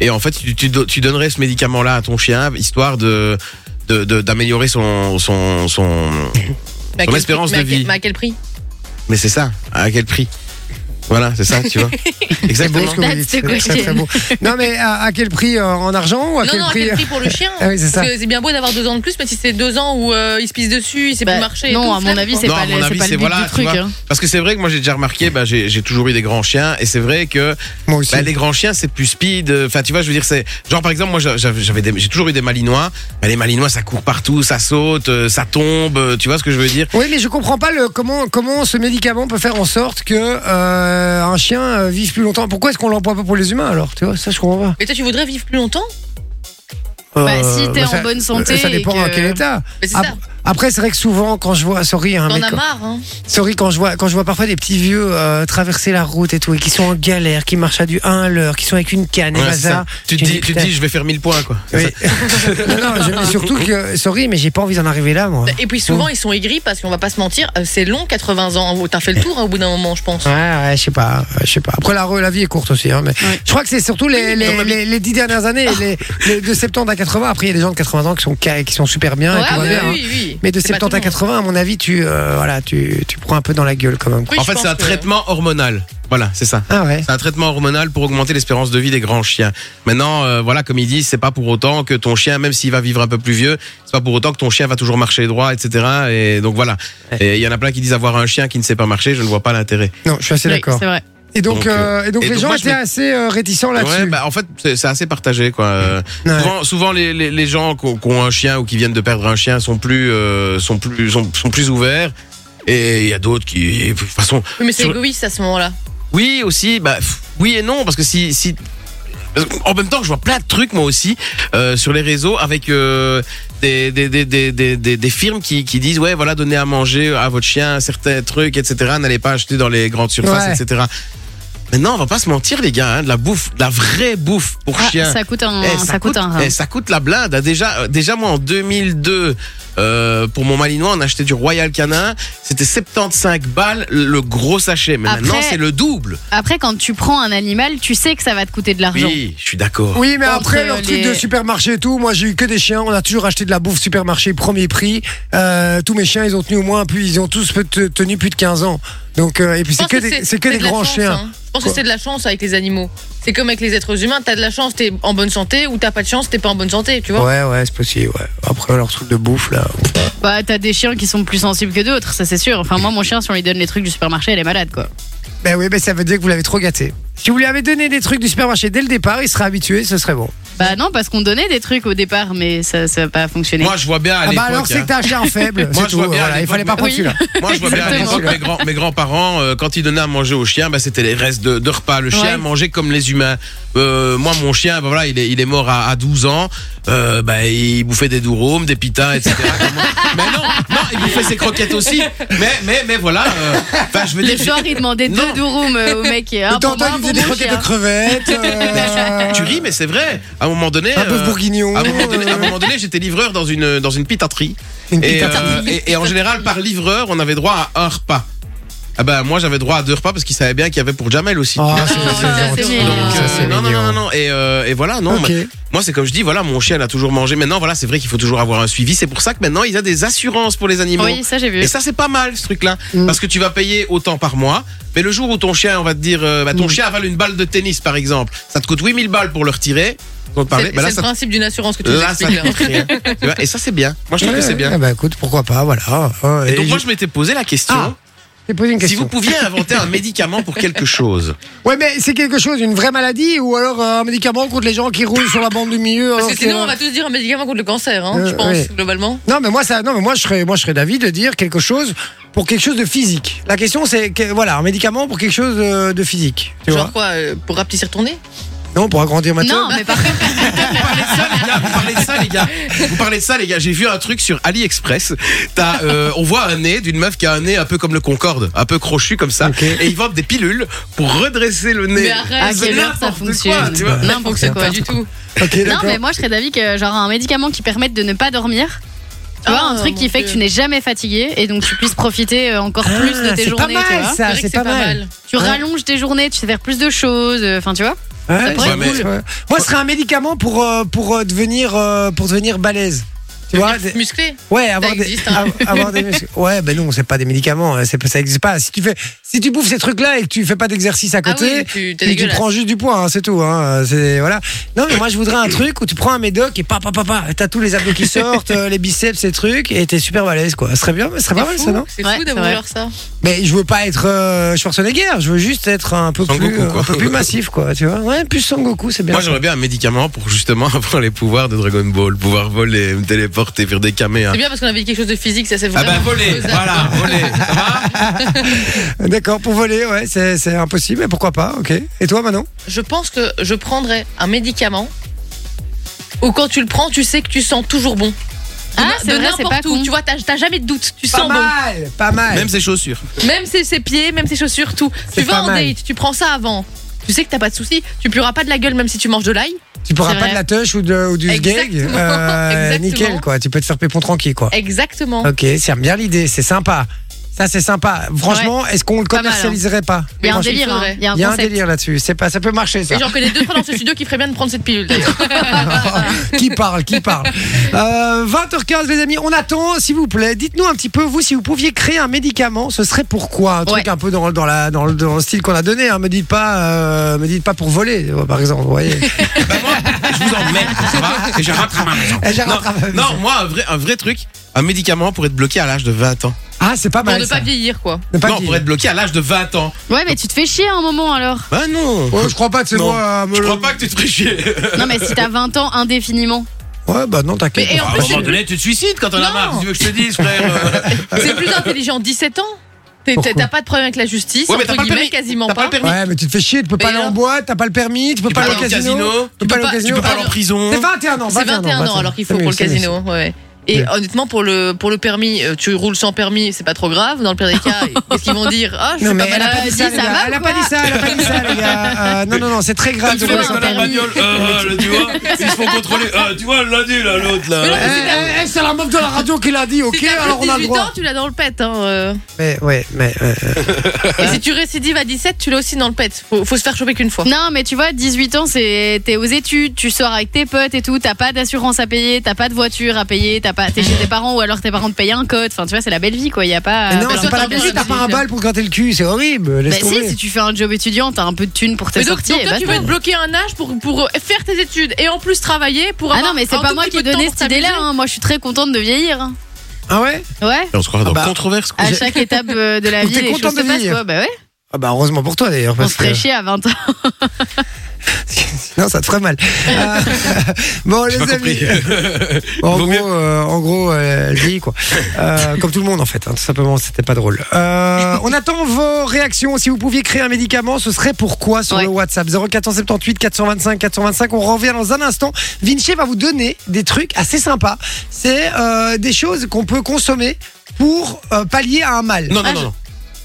[SPEAKER 2] Et en fait, tu, tu, do- tu donnerais ce médicament-là à ton chien, histoire de de- de- d'améliorer son, son, son...
[SPEAKER 3] Mais à
[SPEAKER 2] Son
[SPEAKER 3] quel
[SPEAKER 2] espérance
[SPEAKER 3] prix-
[SPEAKER 2] de
[SPEAKER 3] mais à quel-
[SPEAKER 2] vie.
[SPEAKER 3] Mais à quel prix
[SPEAKER 2] Mais c'est ça, à quel prix Voilà, c'est ça, tu vois.
[SPEAKER 1] c'est beau ce
[SPEAKER 2] Exactement.
[SPEAKER 1] que vous
[SPEAKER 5] That's
[SPEAKER 1] dites,
[SPEAKER 5] the
[SPEAKER 1] c'est très, très
[SPEAKER 5] question.
[SPEAKER 1] beau. Non, mais à, à quel prix euh, En argent ou à
[SPEAKER 3] Non,
[SPEAKER 1] quel
[SPEAKER 3] non, à
[SPEAKER 1] prix
[SPEAKER 3] quel prix pour le chien
[SPEAKER 1] Ah oui, c'est ça.
[SPEAKER 3] Parce que c'est bien beau d'avoir deux ans de plus, mais si c'est deux ans où euh, il se pisse dessus, il sait
[SPEAKER 5] Bah,
[SPEAKER 3] plus marcher. et
[SPEAKER 5] non,
[SPEAKER 3] tout,
[SPEAKER 5] à mon
[SPEAKER 3] flemme,
[SPEAKER 5] avis,
[SPEAKER 3] quoi.
[SPEAKER 5] c'est
[SPEAKER 2] Non,
[SPEAKER 5] pas,
[SPEAKER 2] à
[SPEAKER 5] le-
[SPEAKER 2] mon
[SPEAKER 5] c'est
[SPEAKER 2] avis,
[SPEAKER 5] pas le
[SPEAKER 2] c'est
[SPEAKER 5] but
[SPEAKER 2] voilà,
[SPEAKER 5] du
[SPEAKER 2] tu
[SPEAKER 5] truc.
[SPEAKER 2] vois.
[SPEAKER 5] hein.
[SPEAKER 2] Parce que c'est vrai que moi j'ai déjà remarqué, bah, j'ai j'ai toujours eu des grands chiens, et c'est vrai que
[SPEAKER 1] Moi aussi.
[SPEAKER 2] Bah, les grands chiens, c'est plus speed. euh, Enfin, tu vois, je veux dire, c'est genre par exemple, moi, j'a- j'avais, j'avais des- j'ai toujours eu des malinois. Bah, les malinois, ça court partout, ça saute, euh, ça tombe. euh, Tu vois ce que je veux dire
[SPEAKER 1] Oui, mais je comprends pas le, comment, comment ce médicament peut faire en sorte que euh, un chien euh, vive plus longtemps. Pourquoi est-ce qu'on l'emploie pas pour les humains alors Tu vois, ça je comprends pas.
[SPEAKER 3] Mais toi, tu voudrais vivre plus longtemps
[SPEAKER 5] Bah,
[SPEAKER 2] Euh,
[SPEAKER 5] si t'es
[SPEAKER 1] bah,
[SPEAKER 5] en
[SPEAKER 1] ça-
[SPEAKER 5] bonne santé
[SPEAKER 1] Ça
[SPEAKER 5] et
[SPEAKER 1] dépend
[SPEAKER 5] que-
[SPEAKER 1] à quel état.
[SPEAKER 3] Mais c'est
[SPEAKER 1] Ap-
[SPEAKER 3] ça.
[SPEAKER 1] Après, c'est vrai que souvent, quand je vois, sorry, hein,
[SPEAKER 3] T'en
[SPEAKER 1] mais
[SPEAKER 3] as
[SPEAKER 1] quand-
[SPEAKER 3] marre, hein.
[SPEAKER 1] sorry, quand je vois, quand je vois parfois des petits vieux euh, traverser la route et tout, et qui sont en galère, qui marchent à du 1 à l'heure, qui sont avec une canne et bah,
[SPEAKER 2] Ouais, c'est
[SPEAKER 1] bazar.
[SPEAKER 2] ça. Tu te dis, tu te dis, je vais faire 1000 points, quoi.
[SPEAKER 1] putain, oui. non, non, je- mais surtout que, sorry, mais j'ai pas envie d'en arriver là, moi.
[SPEAKER 3] Et puis souvent, ils sont aigris parce qu'on va pas se mentir, euh, c'est long 80 ans. T'as fait le tour hein, au bout d'un moment, je pense.
[SPEAKER 1] Ouais, ouais, je sais pas, euh, je sais pas. Après, la, re- la vie est courte aussi, hein, mais je crois que c'est surtout les, les, les, les dix dernières années,
[SPEAKER 3] Ah.
[SPEAKER 1] les, les- de 70 à 80. Après, il y a des gens de 80 ans qui sont, ca- qui sont super bien et
[SPEAKER 3] Ouais,
[SPEAKER 1] tout va
[SPEAKER 3] oui,
[SPEAKER 1] bien, hein.
[SPEAKER 3] oui, oui.
[SPEAKER 1] Mais de
[SPEAKER 3] C'est pas
[SPEAKER 1] 70 à
[SPEAKER 3] tout le monde.
[SPEAKER 1] 80, à mon avis, tu, euh, voilà, tu, tu prends un peu dans la gueule quand même. quoi.
[SPEAKER 3] Oui,
[SPEAKER 2] en
[SPEAKER 3] je
[SPEAKER 2] fait, c'est
[SPEAKER 3] pense
[SPEAKER 2] un
[SPEAKER 3] que-
[SPEAKER 2] traitement hormonal. Voilà, c'est ça.
[SPEAKER 1] Ah ouais.
[SPEAKER 2] C'est un traitement hormonal pour augmenter l'espérance de vie des grands chiens. Maintenant, euh, voilà, comme ils disent, c'est pas pour autant que ton chien, même s'il va vivre un peu plus vieux, c'est pas pour autant que ton chien va toujours marcher droit, etc. Et donc voilà. Et il y en a plein qui disent avoir un chien qui ne sait pas marcher, je ne vois pas l'intérêt.
[SPEAKER 1] Non, je suis assez
[SPEAKER 5] Oui,
[SPEAKER 1] d'accord.
[SPEAKER 5] C'est vrai.
[SPEAKER 1] Et donc,
[SPEAKER 2] Donc,
[SPEAKER 1] euh, et donc
[SPEAKER 2] et
[SPEAKER 1] les
[SPEAKER 2] donc,
[SPEAKER 1] gens
[SPEAKER 2] moi, je
[SPEAKER 1] étaient
[SPEAKER 2] me-
[SPEAKER 1] assez euh, réticents là-dessus.
[SPEAKER 2] Ouais, bah, en fait, c'est c'est assez partagé, quoi. Euh,
[SPEAKER 1] Ouais.
[SPEAKER 2] Souvent, souvent les, les, les gens qui ont, qui ont un chien ou qui viennent de perdre un chien sont plus, euh, sont plus, sont, sont plus ouverts. Et il y a d'autres qui, de toute façon,
[SPEAKER 3] Oui, mais c'est
[SPEAKER 2] Sur-
[SPEAKER 3] égoïste à ce moment-là.
[SPEAKER 2] Oui, aussi, bah, pff, oui et non, parce que si, si. En même temps, je vois plein de trucs, moi aussi, euh, sur les réseaux, avec euh, des, des, des, des, des, des- des firmes qui, qui disent Ouais, voilà, donnez à manger à votre chien certains trucs, etc. N'allez pas acheter dans les grandes surfaces,
[SPEAKER 1] Ouais.
[SPEAKER 2] etc. Maintenant, on va pas se mentir, les gars, hein, de la bouffe, de la vraie bouffe pour
[SPEAKER 5] Ah,
[SPEAKER 2] chien.
[SPEAKER 5] ça coûte un,
[SPEAKER 2] Eh,
[SPEAKER 5] ça coûte un. rein.
[SPEAKER 2] eh, ça coûte la blinde. hein. Déjà, euh, déjà moi en 2002, euh, pour mon Malinois, on achetait du Royal Canin. C'était 75 balles le gros sachet. Mais
[SPEAKER 5] Après-
[SPEAKER 2] maintenant, c'est le double.
[SPEAKER 5] Après, quand tu prends un animal, tu sais que ça va te coûter de l'argent.
[SPEAKER 2] Oui, je suis d'accord.
[SPEAKER 1] Oui, mais
[SPEAKER 5] Entre
[SPEAKER 1] après, leur truc
[SPEAKER 5] les-
[SPEAKER 1] de supermarché et tout, moi j'ai eu que des chiens. On a toujours acheté de la bouffe supermarché, premier prix. Euh, tous mes chiens, ils ont tenu au moins, plus, ils ont tous peut- te- tenu plus de 15 ans. Donc, euh, et puis
[SPEAKER 3] Je
[SPEAKER 1] c'est
[SPEAKER 3] pense
[SPEAKER 1] que, des, c'est que des
[SPEAKER 3] de la
[SPEAKER 1] grands
[SPEAKER 3] chance,
[SPEAKER 1] chiens.
[SPEAKER 3] hein. Je pense
[SPEAKER 1] Quoi
[SPEAKER 3] que c'est de la chance avec les animaux. C'est comme avec les êtres humains, t'as de la chance, t'es en bonne santé, ou t'as pas de chance, t'es pas en bonne santé, tu vois.
[SPEAKER 1] Ouais, ouais, c'est possible. ouais. Après, leur truc de bouffe là.
[SPEAKER 5] Bah, t'as des chiens qui sont plus sensibles que d'autres, ça c'est sûr. Enfin, moi, mon chien, si on lui donne les trucs du supermarché, elle est malade, quoi.
[SPEAKER 1] Ben oui, ben ça veut dire que vous l'avez trop gâté. Si vous lui avez donné des trucs du supermarché dès le départ, il serait habitué, ce serait bon.
[SPEAKER 5] Bah non, parce qu'on donnait des trucs au départ, mais ça, ça a pas fonctionné.
[SPEAKER 2] Moi, je vois bien à
[SPEAKER 1] Ah bah
[SPEAKER 2] l'époque.
[SPEAKER 1] alors, c'est
[SPEAKER 2] hein.
[SPEAKER 1] que t'as un chien faible. c'est
[SPEAKER 2] Moi, je
[SPEAKER 1] tout.
[SPEAKER 2] vois bien,
[SPEAKER 1] voilà,
[SPEAKER 2] à
[SPEAKER 1] il fallait pas prendre
[SPEAKER 2] l'époque,
[SPEAKER 5] oui.
[SPEAKER 1] celui-là.
[SPEAKER 2] Moi, je vois bien à
[SPEAKER 5] Exactement.
[SPEAKER 2] l'époque, mes, grands, mes grands-parents, euh, quand ils donnaient à manger au chien, bah, c'était les restes de, de repas. Le chien
[SPEAKER 5] Ouais.
[SPEAKER 2] mangeait comme les humains. Euh, moi, mon chien, bah, voilà, il est, il est mort à, à 12 ans. Euh, bah, il bouffait des durum, des pitas, etc. Comme moi. mais non, non, il bouffait ses croquettes aussi. Mais, mais, mais voilà. euh, Enfin, je veux
[SPEAKER 5] Le
[SPEAKER 2] dire,
[SPEAKER 5] soir, il demandait
[SPEAKER 2] Non.
[SPEAKER 5] deux durum euh, au mec. Et,
[SPEAKER 1] Le
[SPEAKER 5] ah, pour
[SPEAKER 1] Tantin,
[SPEAKER 5] moi,
[SPEAKER 1] il faisait
[SPEAKER 5] pour hein.
[SPEAKER 1] des
[SPEAKER 5] mon
[SPEAKER 1] croquettes
[SPEAKER 5] chien.
[SPEAKER 1] de crevettes. euh,
[SPEAKER 2] tu ris, mais c'est vrai. À un moment donné.
[SPEAKER 1] Un bœuf
[SPEAKER 2] euh,
[SPEAKER 1] bourguignon.
[SPEAKER 2] À un moment donné, à un
[SPEAKER 1] euh,
[SPEAKER 2] moment donné, j'étais livreur dans une, dans une pitaterie.
[SPEAKER 1] une
[SPEAKER 2] Et,
[SPEAKER 1] petite
[SPEAKER 2] euh, et- et en général, par livreur, on avait droit à un repas. Ah ben moi j'avais droit à deux repas parce qu'il savait bien qu'il y avait pour Jamel aussi.
[SPEAKER 1] Oh, c'est
[SPEAKER 5] Ah,
[SPEAKER 1] c'est
[SPEAKER 5] c'est
[SPEAKER 1] gentil.
[SPEAKER 5] mignon.
[SPEAKER 2] Donc,
[SPEAKER 1] Ça,
[SPEAKER 2] euh,
[SPEAKER 1] c'est
[SPEAKER 2] non, non,
[SPEAKER 1] mignon.
[SPEAKER 2] non, non, non. Et, euh, et voilà, non.
[SPEAKER 1] Ok.
[SPEAKER 2] mais- moi, c'est comme je dis, voilà, mon chien, elle a toujours mangé. Maintenant, voilà, c'est vrai qu'il faut toujours avoir un suivi. C'est pour ça que maintenant, il y a des assurances pour les animaux.
[SPEAKER 5] Oui, ça j'ai vu.
[SPEAKER 2] Et ça, c'est pas mal, ce truc-là.
[SPEAKER 1] Mm.
[SPEAKER 2] Parce que tu vas payer autant par mois. Mais le jour où ton chien, on va te dire, euh, bah, ton
[SPEAKER 1] Mm.
[SPEAKER 2] chien avale une balle de tennis, par exemple, ça te coûte 8000 balles pour le retirer. On te
[SPEAKER 3] C'est
[SPEAKER 2] parlait, bah, là,
[SPEAKER 3] c'est
[SPEAKER 2] ça,
[SPEAKER 3] le principe d'une assurance que tu nous
[SPEAKER 2] là, ça
[SPEAKER 3] expliques. là.
[SPEAKER 2] te coûte rien. Tu vois, Et ça, c'est bien. Moi, je trouve que c'est bien.
[SPEAKER 1] Eh ben, écoute, pourquoi pas, voilà. Euh,
[SPEAKER 2] Et donc,
[SPEAKER 1] je-
[SPEAKER 2] moi, je m'étais posé la question.
[SPEAKER 1] Ah, j'ai posé une
[SPEAKER 2] si vous
[SPEAKER 1] question.
[SPEAKER 2] pouviez inventer un médicament pour quelque chose,
[SPEAKER 1] Ouais, mais c'est quelque chose, une vraie maladie ou alors euh, un médicament contre les gens qui roulent sur la bande du milieu. alors
[SPEAKER 3] Parce que
[SPEAKER 1] que-
[SPEAKER 3] sinon, on va tous dire un médicament contre le cancer, hein,
[SPEAKER 1] Euh,
[SPEAKER 3] je pense,
[SPEAKER 1] oui.
[SPEAKER 3] globalement.
[SPEAKER 1] Non, mais moi, ça, non, mais moi, je serais, moi, je serais d'avis de dire quelque chose pour quelque chose de physique. La question, c'est, que- voilà, un médicament pour quelque chose euh, de, de physique. Tu
[SPEAKER 3] Genre
[SPEAKER 1] vois
[SPEAKER 3] quoi, euh, pour rapetisser ton nez
[SPEAKER 1] Non, pour agrandir ma tête.
[SPEAKER 5] Non, mais par contre,
[SPEAKER 2] ça, les gars, vous parlez de ça, les gars. Vous parlez de ça, les gars. J'ai vu un truc sur AliExpress. T'as, euh, on voit un nez d'une meuf qui a un nez un peu comme le Concorde, un peu crochu comme ça.
[SPEAKER 1] Ok.
[SPEAKER 2] Et ils vendent des pilules pour redresser le nez.
[SPEAKER 3] Mais arrête,
[SPEAKER 5] à
[SPEAKER 2] C'est
[SPEAKER 5] quelle heure ça
[SPEAKER 2] n'importe quoi,
[SPEAKER 5] fonctionne
[SPEAKER 2] tu vois.
[SPEAKER 1] Ah,
[SPEAKER 5] N'importe
[SPEAKER 3] Pas
[SPEAKER 5] quoi.
[SPEAKER 3] du tout.
[SPEAKER 1] Ok,
[SPEAKER 5] Non,
[SPEAKER 1] d'accord.
[SPEAKER 5] mais moi je serais d'avis que genre un médicament qui permette de ne pas dormir. Tu vois,
[SPEAKER 3] Ah,
[SPEAKER 5] un truc qui
[SPEAKER 3] mon
[SPEAKER 5] fait
[SPEAKER 3] Dieu.
[SPEAKER 5] que tu n'es jamais fatigué et donc tu puisses profiter euh, encore
[SPEAKER 1] Ah,
[SPEAKER 5] plus de tes
[SPEAKER 1] c'est pas
[SPEAKER 5] journées. tu
[SPEAKER 1] mal,
[SPEAKER 5] vois.
[SPEAKER 1] ça,
[SPEAKER 3] vrai que
[SPEAKER 1] c'est pas, mal.
[SPEAKER 5] Tu
[SPEAKER 1] Ouais.
[SPEAKER 5] rallonges tes journées, tu sais faire plus de choses. euh, Enfin, tu vois.
[SPEAKER 1] Ouais,
[SPEAKER 5] pourrait
[SPEAKER 1] c'est
[SPEAKER 2] être
[SPEAKER 1] cool. Ouais. Moi, ce serait un médicament pour, euh, pour, euh, devenir, euh, pour devenir balèze. Tu vois, des-
[SPEAKER 3] Musclé.
[SPEAKER 1] Ouais, avoir des,
[SPEAKER 3] existe, hein.
[SPEAKER 1] av- avoir des muscles. Ouais, ben non, c'est pas des médicaments, hein, c'est ça existe pas. Si tu fais, si tu bouffes ces trucs-là et que tu fais pas d'exercice à
[SPEAKER 3] Ah oui,
[SPEAKER 1] côté,
[SPEAKER 3] tu t'es
[SPEAKER 1] tu- tu
[SPEAKER 3] dégueulasse.
[SPEAKER 1] prends juste du poids, hein, c'est tout. Hein, c'est voilà. Non, mais moi je voudrais un truc où tu prends un médoc et papa papa, t'as tous les abdos qui sortent, euh, les biceps, ces trucs, et t'es super balèze quoi. Ce serait bien, mais ce serait pas mal
[SPEAKER 3] fou,
[SPEAKER 1] ça non
[SPEAKER 3] C'est
[SPEAKER 5] Ouais,
[SPEAKER 3] fou
[SPEAKER 5] c'est
[SPEAKER 3] d'avoir
[SPEAKER 5] vrai.
[SPEAKER 3] genre ça.
[SPEAKER 1] Mais je veux pas être euh, Schwarzenegger, je veux juste être un peu
[SPEAKER 2] Sangoku,
[SPEAKER 1] plus, euh,
[SPEAKER 2] quoi.
[SPEAKER 1] un peu plus massif quoi. Tu vois Ouais, plus Sangoku, c'est bien.
[SPEAKER 2] Moi, j'aurais bien un médicament pour justement avoir les pouvoirs de Dragon Ball, pouvoir voler, me téléporter, faire des caméas.
[SPEAKER 3] C'est bien parce qu'on avait dit quelque chose de physique, ça c'est
[SPEAKER 1] bah,
[SPEAKER 2] Ah
[SPEAKER 3] vraiment.
[SPEAKER 2] ben voler,
[SPEAKER 3] faisable.
[SPEAKER 2] voilà, voler. Ça va
[SPEAKER 1] D'accord, pour voler, ouais, c'est c'est impossible, mais pourquoi pas Ok. Et toi, Manon
[SPEAKER 3] Je pense que je prendrais un médicament Ou quand tu le prends, tu sais que tu sens toujours bon. De
[SPEAKER 5] Ah,
[SPEAKER 3] na-
[SPEAKER 5] c'est
[SPEAKER 3] de
[SPEAKER 5] vrai, c'est
[SPEAKER 3] n'importe
[SPEAKER 5] pas
[SPEAKER 3] où.
[SPEAKER 5] con.
[SPEAKER 3] Tu vois, t'as t'as jamais de doute. Tu
[SPEAKER 1] Pas
[SPEAKER 3] sens bon.
[SPEAKER 1] mal, pas mal.
[SPEAKER 2] Même ses chaussures.
[SPEAKER 3] Même ses, ses pieds, même ses chaussures, tout.
[SPEAKER 1] C'est
[SPEAKER 3] Tu vas
[SPEAKER 1] pas
[SPEAKER 3] en
[SPEAKER 1] mal.
[SPEAKER 3] date, tu prends ça avant. Tu sais que t'as pas de soucis. Tu pleuras pas de la gueule même si tu manges de l'ail.
[SPEAKER 1] tu pourras pas
[SPEAKER 5] c'est
[SPEAKER 1] de
[SPEAKER 5] vrai.
[SPEAKER 1] la touche ou, de- ou du sgeg.
[SPEAKER 3] Exactement, exactement.
[SPEAKER 1] nickel, quoi. Tu peux te faire pépon tranquille, quoi.
[SPEAKER 3] Exactement.
[SPEAKER 1] Ok, c'est bien l'idée, c'est sympa. Ça, c'est sympa. Franchement, est-ce qu'on le
[SPEAKER 5] Pas mal, hein.
[SPEAKER 1] commercialiserait pas
[SPEAKER 5] Il y a un
[SPEAKER 1] Franchement,
[SPEAKER 5] délire, hein.
[SPEAKER 3] faudrait.
[SPEAKER 5] il y a un
[SPEAKER 1] Il y a un
[SPEAKER 5] concept.
[SPEAKER 1] délire là-dessus. C'est pas, ça peut marcher, ça.
[SPEAKER 3] Et j'en connais deux, trois dans ce studio qui ferait bien de prendre cette pilule. d'ailleurs.
[SPEAKER 5] euh,
[SPEAKER 1] qui parle, qui parle. Euh, 20h15, les amis, on attend, s'il vous plaît. Dites-nous un petit peu, vous, si vous pouviez créer un médicament, ce serait pourquoi Un truc
[SPEAKER 5] Ouais.
[SPEAKER 1] un peu dans, dans la, dans, le, dans le style qu'on a donné. Hein. Me dites pas, euh, me dites pas pour voler, euh, par exemple. Vous voyez.
[SPEAKER 2] Je vous emmène, ça va Et je rentre à ma maison.
[SPEAKER 1] Eh, j'ai
[SPEAKER 2] Non,
[SPEAKER 1] rattrapé ma maison.
[SPEAKER 2] non, moi, un vrai, un vrai truc, un médicament pour être bloqué à l'âge de 20 ans.
[SPEAKER 1] Ah, c'est pas
[SPEAKER 3] Pour
[SPEAKER 1] mal.
[SPEAKER 3] ne
[SPEAKER 1] ça.
[SPEAKER 3] pas vieillir, quoi.
[SPEAKER 1] Ne pas
[SPEAKER 2] non,
[SPEAKER 1] dire.
[SPEAKER 2] pour être bloqué à l'âge de 20 ans.
[SPEAKER 5] Ouais, mais tu te fais chier à un moment alors.
[SPEAKER 2] Bah non.
[SPEAKER 1] Ouais, je crois pas, c'est
[SPEAKER 2] Non,
[SPEAKER 1] moi. euh, me
[SPEAKER 2] Je
[SPEAKER 1] Oh, le-
[SPEAKER 2] crois pas que tu te fais chier.
[SPEAKER 5] Non, mais si t'as 20 ans indéfiniment.
[SPEAKER 1] Ouais, bah non, t'inquiète.
[SPEAKER 3] Mais- et en
[SPEAKER 2] À un
[SPEAKER 3] plus,
[SPEAKER 2] moment donné, tu te suicides quand on a
[SPEAKER 3] Non.
[SPEAKER 2] marre. Tu veux que je te dise, frère euh,
[SPEAKER 3] C'est plus intelligent. 17 ans, t'es-
[SPEAKER 1] Pourquoi
[SPEAKER 3] t'as t'as pas de problème avec la justice.
[SPEAKER 2] Ouais, mais
[SPEAKER 3] entre
[SPEAKER 2] t'as pas le
[SPEAKER 3] guillemets,
[SPEAKER 2] permis.
[SPEAKER 3] quasiment
[SPEAKER 2] T'as pas
[SPEAKER 3] pas.
[SPEAKER 2] le permis.
[SPEAKER 1] Ouais, mais tu te fais chier, tu peux pas
[SPEAKER 3] Mais
[SPEAKER 1] aller en
[SPEAKER 3] non.
[SPEAKER 1] boîte, t'as pas le permis, tu peux
[SPEAKER 2] Tu
[SPEAKER 1] pas
[SPEAKER 2] peux
[SPEAKER 1] aller au
[SPEAKER 2] pas aller au
[SPEAKER 1] casino,
[SPEAKER 2] casino,
[SPEAKER 1] tu peux pas aller au
[SPEAKER 3] tu
[SPEAKER 2] Tu
[SPEAKER 1] casino.
[SPEAKER 2] peux pas aller en prison.
[SPEAKER 1] C'est 21 ans,
[SPEAKER 3] Ah, C'est 21 ans
[SPEAKER 1] bah,
[SPEAKER 3] alors qu'il
[SPEAKER 1] c'est
[SPEAKER 3] faut
[SPEAKER 1] mieux,
[SPEAKER 3] pour le
[SPEAKER 1] c'est mieux,
[SPEAKER 3] casino. ouais. Et
[SPEAKER 1] Oui.
[SPEAKER 3] honnêtement, pour le, pour le permis, euh, tu roules sans permis, c'est pas trop grave. Dans le pire des cas, qu'est-ce qu'ils vont dire Ah, je
[SPEAKER 1] Non,
[SPEAKER 3] suis
[SPEAKER 1] mais
[SPEAKER 3] pas
[SPEAKER 1] elle a
[SPEAKER 3] malade.
[SPEAKER 1] pas dit
[SPEAKER 5] dit,
[SPEAKER 1] ça, les
[SPEAKER 5] ça
[SPEAKER 1] gars.
[SPEAKER 5] va
[SPEAKER 1] Elle a
[SPEAKER 5] ou
[SPEAKER 1] pas
[SPEAKER 5] quoi
[SPEAKER 1] dit ça, elle a pas dit ça, les gars. Euh, non, non, non, c'est très grave de
[SPEAKER 2] Tu
[SPEAKER 5] veux
[SPEAKER 1] rouler
[SPEAKER 5] un
[SPEAKER 1] sans
[SPEAKER 2] vois, la
[SPEAKER 5] permis.
[SPEAKER 2] bagnole, euh, euh, là, tu vois, ils se font contrôler. Euh, tu vois, là, là, l'autre,
[SPEAKER 3] Mais non,
[SPEAKER 2] là.
[SPEAKER 1] Eh, eh, eh, c'est la meuf de la radio qui l'a dit, ok,
[SPEAKER 3] Si t'as
[SPEAKER 1] alors
[SPEAKER 3] plus
[SPEAKER 1] on a
[SPEAKER 3] de
[SPEAKER 1] le
[SPEAKER 3] 18 ans,
[SPEAKER 1] droit.
[SPEAKER 3] tu l'as dans le pet. Hein, euh.
[SPEAKER 1] Mais ouais, mais euh,
[SPEAKER 3] Et si tu récidives à 17, tu l'as aussi dans le pet. Faut, faut se faire choper qu'une fois.
[SPEAKER 5] Non, mais tu vois, 18 ans, c'est t'es aux études, tu sors avec tes potes et tout, t'as pas d'assurance à payer, t'as pas de voiture à payer, t'as pas t'es chez tes parents ou alors tes parents te payent un code. Enfin, tu vois, c'est la belle vie quoi. Il y a pas.
[SPEAKER 1] mais non,
[SPEAKER 5] bah,
[SPEAKER 1] c'est
[SPEAKER 5] toi,
[SPEAKER 1] pas la
[SPEAKER 5] t'as bien
[SPEAKER 1] Belgique, t'as
[SPEAKER 5] la
[SPEAKER 1] pas un
[SPEAKER 5] possibilité.
[SPEAKER 1] bal pour gratter le cul, c'est horrible. Laisse
[SPEAKER 5] Bah si,
[SPEAKER 1] tomber.
[SPEAKER 5] si tu fais un job étudiant, t'as un peu de thunes pour
[SPEAKER 3] Mais
[SPEAKER 5] tes
[SPEAKER 3] donc,
[SPEAKER 5] sorties.
[SPEAKER 3] donc
[SPEAKER 5] et bah,
[SPEAKER 3] toi, tu
[SPEAKER 1] bah,
[SPEAKER 5] basta.
[SPEAKER 3] veux te bloquer un âge pour, pour euh, faire tes études et en plus travailler pour
[SPEAKER 5] Ah
[SPEAKER 3] avoir
[SPEAKER 5] non, mais c'est
[SPEAKER 3] un
[SPEAKER 5] pas
[SPEAKER 3] tout
[SPEAKER 5] moi
[SPEAKER 3] petit
[SPEAKER 5] qui ai
[SPEAKER 3] peu de
[SPEAKER 5] donné
[SPEAKER 3] temps
[SPEAKER 5] cette
[SPEAKER 3] pour
[SPEAKER 5] idée-là.
[SPEAKER 3] t'amuser.
[SPEAKER 5] hein. Moi, je suis très contente de vieillir. hein.
[SPEAKER 1] Ah ouais
[SPEAKER 5] Ouais.
[SPEAKER 2] On se croirait
[SPEAKER 1] Ah bah.
[SPEAKER 2] controverse, quoi.
[SPEAKER 5] À
[SPEAKER 1] J'ai-
[SPEAKER 5] chaque étape euh, de la
[SPEAKER 1] T'es
[SPEAKER 5] vie, les
[SPEAKER 1] contente
[SPEAKER 5] choses
[SPEAKER 1] de
[SPEAKER 5] se passent
[SPEAKER 1] vieillir.
[SPEAKER 5] quoi. Bah ouais.
[SPEAKER 1] Ah bah heureusement pour toi d'ailleurs.
[SPEAKER 5] On
[SPEAKER 1] parce
[SPEAKER 5] se ferait
[SPEAKER 1] que-
[SPEAKER 5] chier à 20 ans.
[SPEAKER 1] Sinon, ça te ferait mal. Euh, bon, les
[SPEAKER 2] J'ai pas
[SPEAKER 1] amis.
[SPEAKER 2] compris.
[SPEAKER 1] En
[SPEAKER 2] Vaut
[SPEAKER 1] gros, euh, en gros, euh, elle vieillit, quoi. Euh, comme tout le monde en fait, hein, tout simplement, c'était pas drôle. Euh, on attend vos réactions. Si vous pouviez créer un médicament, ce serait pourquoi sur
[SPEAKER 5] Ouais.
[SPEAKER 1] le WhatsApp 0478 425 425. On revient dans un instant. Vinci va vous donner des trucs assez sympas. C'est euh, des choses qu'on peut consommer pour euh, pallier à un mal.
[SPEAKER 2] Non, non,
[SPEAKER 5] Ah,
[SPEAKER 2] non,
[SPEAKER 5] je-
[SPEAKER 2] non.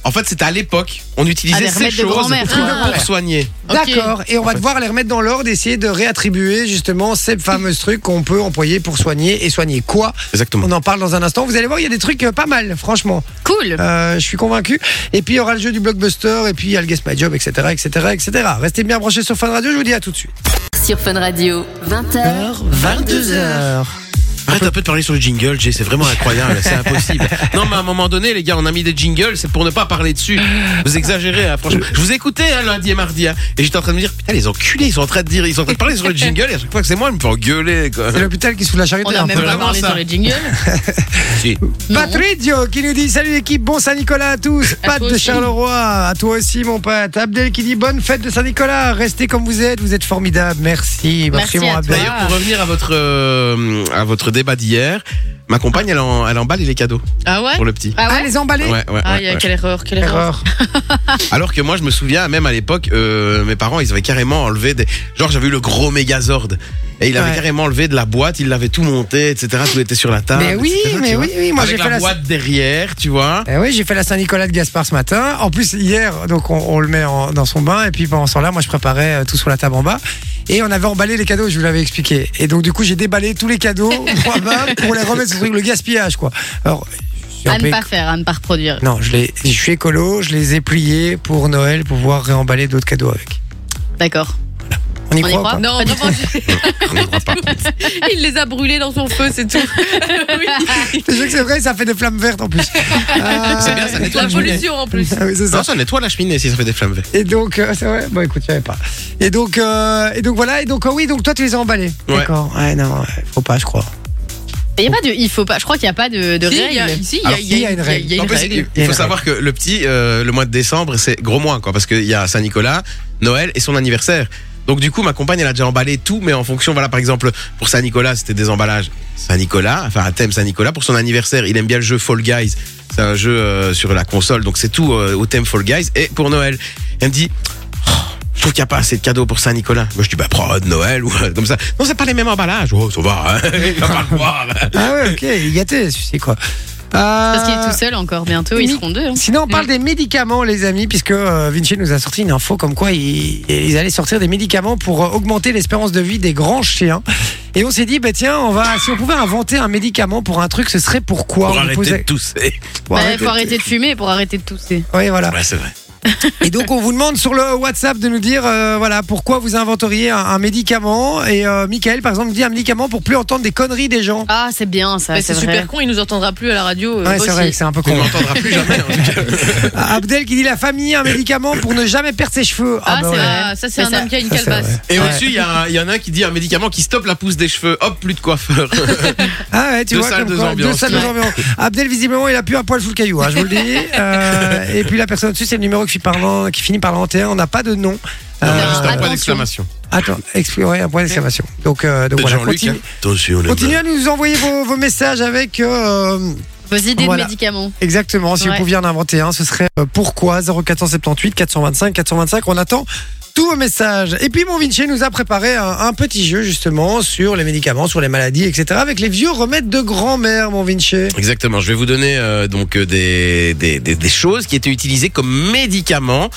[SPEAKER 2] En fait, c'était à l'époque, on utilisait
[SPEAKER 5] Ah, des
[SPEAKER 2] ces
[SPEAKER 5] remèdes de
[SPEAKER 2] choses
[SPEAKER 5] grand-mère.
[SPEAKER 2] pour
[SPEAKER 1] Ah.
[SPEAKER 2] soigner.
[SPEAKER 1] D'accord, et on va devoir les remettre dans l'ordre, essayer de réattribuer justement ces fameux trucs qu'on peut employer pour soigner et soigner quoi
[SPEAKER 2] Exactement.
[SPEAKER 1] On en parle dans un instant. Vous allez voir, il y a des trucs euh, pas mal, franchement.
[SPEAKER 5] Cool.
[SPEAKER 1] Euh, je suis convaincu. Et puis il y aura le jeu du blockbuster, et puis il y a le Guess My Job, etc., etc., etc. Restez bien branchés sur Fun Radio. Je vous dis à tout de suite.
[SPEAKER 6] Sur Fun Radio, 20h.
[SPEAKER 1] 22h.
[SPEAKER 2] Arrête un peu de parler sur le jingle, Jay, c'est vraiment incroyable, c'est impossible. Non, mais à un moment donné, les gars, on a mis des jingles, c'est pour ne pas parler dessus. Vous exagérez, hein, franchement. Je vous écoutais hein, lundi et mardi, hein, et j'étais en train de me dire, putain, les enculés, ils sont en train de dire, ils sont en train de parler sur le jingle, et à chaque fois que c'est moi, ils me font engueuler, quoi.
[SPEAKER 1] C'est l'hôpital qui se fout de la charité. hein.
[SPEAKER 5] On
[SPEAKER 1] un
[SPEAKER 5] a
[SPEAKER 1] peu.
[SPEAKER 5] même pas
[SPEAKER 2] vraiment
[SPEAKER 5] parlé
[SPEAKER 2] ça.
[SPEAKER 5] sur les jingles.
[SPEAKER 2] Si.
[SPEAKER 1] Patrizio qui nous dit Salut l'équipe, bon Saint-Nicolas à tous.
[SPEAKER 3] À
[SPEAKER 1] Pat
[SPEAKER 3] toi
[SPEAKER 1] de
[SPEAKER 3] aussi.
[SPEAKER 1] Charleroi, à toi aussi mon Pat. Abdel qui dit Bonne fête de Saint-Nicolas, restez comme vous êtes, vous êtes formidable. Merci,
[SPEAKER 5] Merci
[SPEAKER 1] mon
[SPEAKER 5] à
[SPEAKER 1] Abdel.
[SPEAKER 2] D'ailleurs, pour revenir à votre, euh, à votre débat d'hier, ma compagne, elle, en- elle emballe les cadeaux
[SPEAKER 3] Ah ouais
[SPEAKER 2] pour le petit.
[SPEAKER 1] Ah,
[SPEAKER 5] Ah ouais.
[SPEAKER 1] les emballés
[SPEAKER 2] Ouais, ouais, ouais,
[SPEAKER 3] Ah, il y a
[SPEAKER 2] ouais.
[SPEAKER 3] quelle erreur, quelle
[SPEAKER 1] Erreur.
[SPEAKER 3] erreur.
[SPEAKER 2] Alors que moi, je me souviens, même à l'époque, euh, mes parents, ils avaient carrément enlevé des. Genre, j'avais eu le gros Megazord. Et il avait
[SPEAKER 1] Ouais.
[SPEAKER 2] carrément enlevé de la boîte, il l'avait tout monté, etc. Tout était sur la table.
[SPEAKER 1] Mais oui,
[SPEAKER 2] etc., tu
[SPEAKER 1] mais
[SPEAKER 2] vois.
[SPEAKER 1] oui, oui, moi j'ai
[SPEAKER 2] Avec
[SPEAKER 1] fait
[SPEAKER 2] la
[SPEAKER 1] la
[SPEAKER 2] boîte derrière, tu vois.
[SPEAKER 1] Eh oui, j'ai fait la Saint-Nicolas de Gaspard ce matin. En plus, hier, donc on, on le met en- dans son bain. Et puis pendant ce temps-là, moi, je préparais euh, tout sur la table en bas. Et on avait emballé les cadeaux, je vous l'avais expliqué. Et donc, du coup, j'ai déballé tous les cadeaux moi-même pour les remettre sur le truc, le gaspillage, quoi. Alors, je suis un
[SPEAKER 5] À
[SPEAKER 1] peu
[SPEAKER 5] ne pas faire, à ne pas reproduire.
[SPEAKER 1] Non, je, les, je suis écolo, je les ai pliés pour Noël, pour pouvoir réemballer d'autres cadeaux avec.
[SPEAKER 5] D'accord.
[SPEAKER 1] On y
[SPEAKER 5] On y
[SPEAKER 1] croit, ou
[SPEAKER 5] croit
[SPEAKER 1] pas
[SPEAKER 3] Non,
[SPEAKER 5] Pas du
[SPEAKER 3] non, il les a brûlés dans son feu, c'est tout. oui.
[SPEAKER 1] Je sais que c'est vrai, ça fait des flammes vertes en plus.
[SPEAKER 2] C'est bien, ça
[SPEAKER 1] Euh,
[SPEAKER 2] nettoie
[SPEAKER 3] La
[SPEAKER 2] la cheminée.
[SPEAKER 3] pollution en plus.
[SPEAKER 1] ah oui, c'est ça.
[SPEAKER 2] Non, ça nettoie la cheminée si ça fait des flammes vertes.
[SPEAKER 1] Et donc, euh, c'est vrai. Bon, écoute, je savais pas. Et donc, euh, et donc voilà. Et donc, euh, oui, donc toi, tu les as emballés.
[SPEAKER 2] Ouais.
[SPEAKER 1] D'accord. Ouais, non, ouais, faut pas, je crois.
[SPEAKER 5] Il y a pas de, il faut pas. Je crois qu'il y a pas de, de
[SPEAKER 3] Si, il y a-
[SPEAKER 5] règle.
[SPEAKER 3] si,
[SPEAKER 2] Alors,
[SPEAKER 1] il y a une règle.
[SPEAKER 3] il y a
[SPEAKER 2] En
[SPEAKER 3] une
[SPEAKER 2] plus,
[SPEAKER 3] règle.
[SPEAKER 2] il faut savoir que le petit, euh, le mois de décembre, c'est gros mois, quoi, parce qu'il y a Saint-Nicolas, Noël et son anniversaire. Donc du coup, ma compagne, elle a déjà emballé tout, mais en fonction, voilà, par exemple, pour Saint-Nicolas, c'était des emballages Saint-Nicolas, enfin un thème Saint-Nicolas. Pour son anniversaire, il aime bien le jeu Fall Guys. C'est un jeu euh, sur la console, donc c'est tout euh, au thème Fall Guys. Et pour Noël, elle me dit, Oh, je trouve qu'il n'y a pas assez de cadeaux pour Saint-Nicolas. Moi, je dis, bah, prends un de Noël ou un comme ça. Non, c'est pas les mêmes emballages. Oh, ça va, hein. Il va pas le voir.
[SPEAKER 1] Ah ouais, ok, il est gâté, c'est quoi.
[SPEAKER 5] Parce qu'il est
[SPEAKER 1] Euh,
[SPEAKER 5] tout seul encore bientôt, ils
[SPEAKER 1] oui.
[SPEAKER 5] seront deux. hein.
[SPEAKER 1] Sinon, on parle des médicaments, les amis, puisque euh, Vinci nous a sorti une info comme quoi ils, ils allaient sortir des médicaments pour euh, augmenter l'espérance de vie des grands chiens. Et on s'est dit, bah tiens, on va, si on pouvait inventer un médicament pour un truc, ce serait pourquoi
[SPEAKER 2] Pour
[SPEAKER 1] on
[SPEAKER 2] arrêter
[SPEAKER 1] posait-
[SPEAKER 2] de tousser.
[SPEAKER 1] pour
[SPEAKER 5] Bah,
[SPEAKER 1] arrêter
[SPEAKER 5] faut arrêter de fumer pour arrêter de tousser.
[SPEAKER 1] Oui, voilà.
[SPEAKER 2] Ouais, c'est vrai.
[SPEAKER 1] Et donc, on vous demande sur le WhatsApp de nous dire, euh, voilà, pourquoi vous inventeriez un, un médicament. Et euh, Michael, par exemple, dit un médicament pour plus entendre des conneries des gens.
[SPEAKER 5] Ah, c'est bien ça,
[SPEAKER 3] Bah,
[SPEAKER 5] c'est
[SPEAKER 3] c'est
[SPEAKER 5] vrai.
[SPEAKER 3] super con, il nous entendra plus à la radio. euh,
[SPEAKER 1] Ouais, c'est
[SPEAKER 3] aussi.
[SPEAKER 1] vrai, que c'est un peu con. Ah,
[SPEAKER 2] On l'entendra plus jamais. hein. en tout cas.
[SPEAKER 1] Abdel qui dit la famille, un médicament pour ne jamais perdre ses cheveux. bah
[SPEAKER 5] Ah, c'est
[SPEAKER 1] ouais.
[SPEAKER 5] vrai.
[SPEAKER 3] Ah, ça, c'est
[SPEAKER 5] Mais
[SPEAKER 3] un
[SPEAKER 5] ça-
[SPEAKER 3] homme qui a une
[SPEAKER 1] ça, c'est
[SPEAKER 3] calebasse.
[SPEAKER 1] vrai.
[SPEAKER 2] Et
[SPEAKER 1] Ouais.
[SPEAKER 2] au-dessus, il y, a un- il y en a un qui dit un médicament qui stoppe la pousse des cheveux. Hop, plus de coiffeur.
[SPEAKER 1] Ah ouais, tu
[SPEAKER 2] Deux
[SPEAKER 1] vois,
[SPEAKER 2] salles,
[SPEAKER 1] comme
[SPEAKER 2] deux
[SPEAKER 1] quoi,
[SPEAKER 2] ambiances.
[SPEAKER 1] deux salles, deux
[SPEAKER 2] Ouais.
[SPEAKER 1] ambiances. Abdel, visiblement, il a pu un poil sous le caillou, hein, je vous le dis. Euh, et puis la personne au-dessus, c'est le numéro qui, finit par l'an- qui finit par le 21. On n'a pas de nom. Euh,
[SPEAKER 2] Non, juste un point
[SPEAKER 5] attention.
[SPEAKER 2] d'exclamation.
[SPEAKER 1] attends, explorer un point d'exclamation. Donc, euh, donc voilà,
[SPEAKER 2] Jean-Luc,
[SPEAKER 1] continue,
[SPEAKER 2] hein. Attention, les
[SPEAKER 1] continuez
[SPEAKER 2] gars.
[SPEAKER 1] à nous envoyer vos, vos messages avec euh,
[SPEAKER 5] Vos idées
[SPEAKER 1] Voilà.
[SPEAKER 5] de médicaments.
[SPEAKER 1] exactement. Si vous
[SPEAKER 5] Ouais.
[SPEAKER 1] pouviez en inventer un, ce serait euh, pourquoi 0478 425 425. On attend tous vos messages. Et puis, mon Vinci nous a préparé un, un petit jeu justement sur les médicaments, sur les maladies, etc. Avec les vieux remèdes de grand-mère, mon Vinci.
[SPEAKER 2] Exactement. Je vais vous donner euh, donc euh, des, des, des, des choses qui étaient utilisées comme médicaments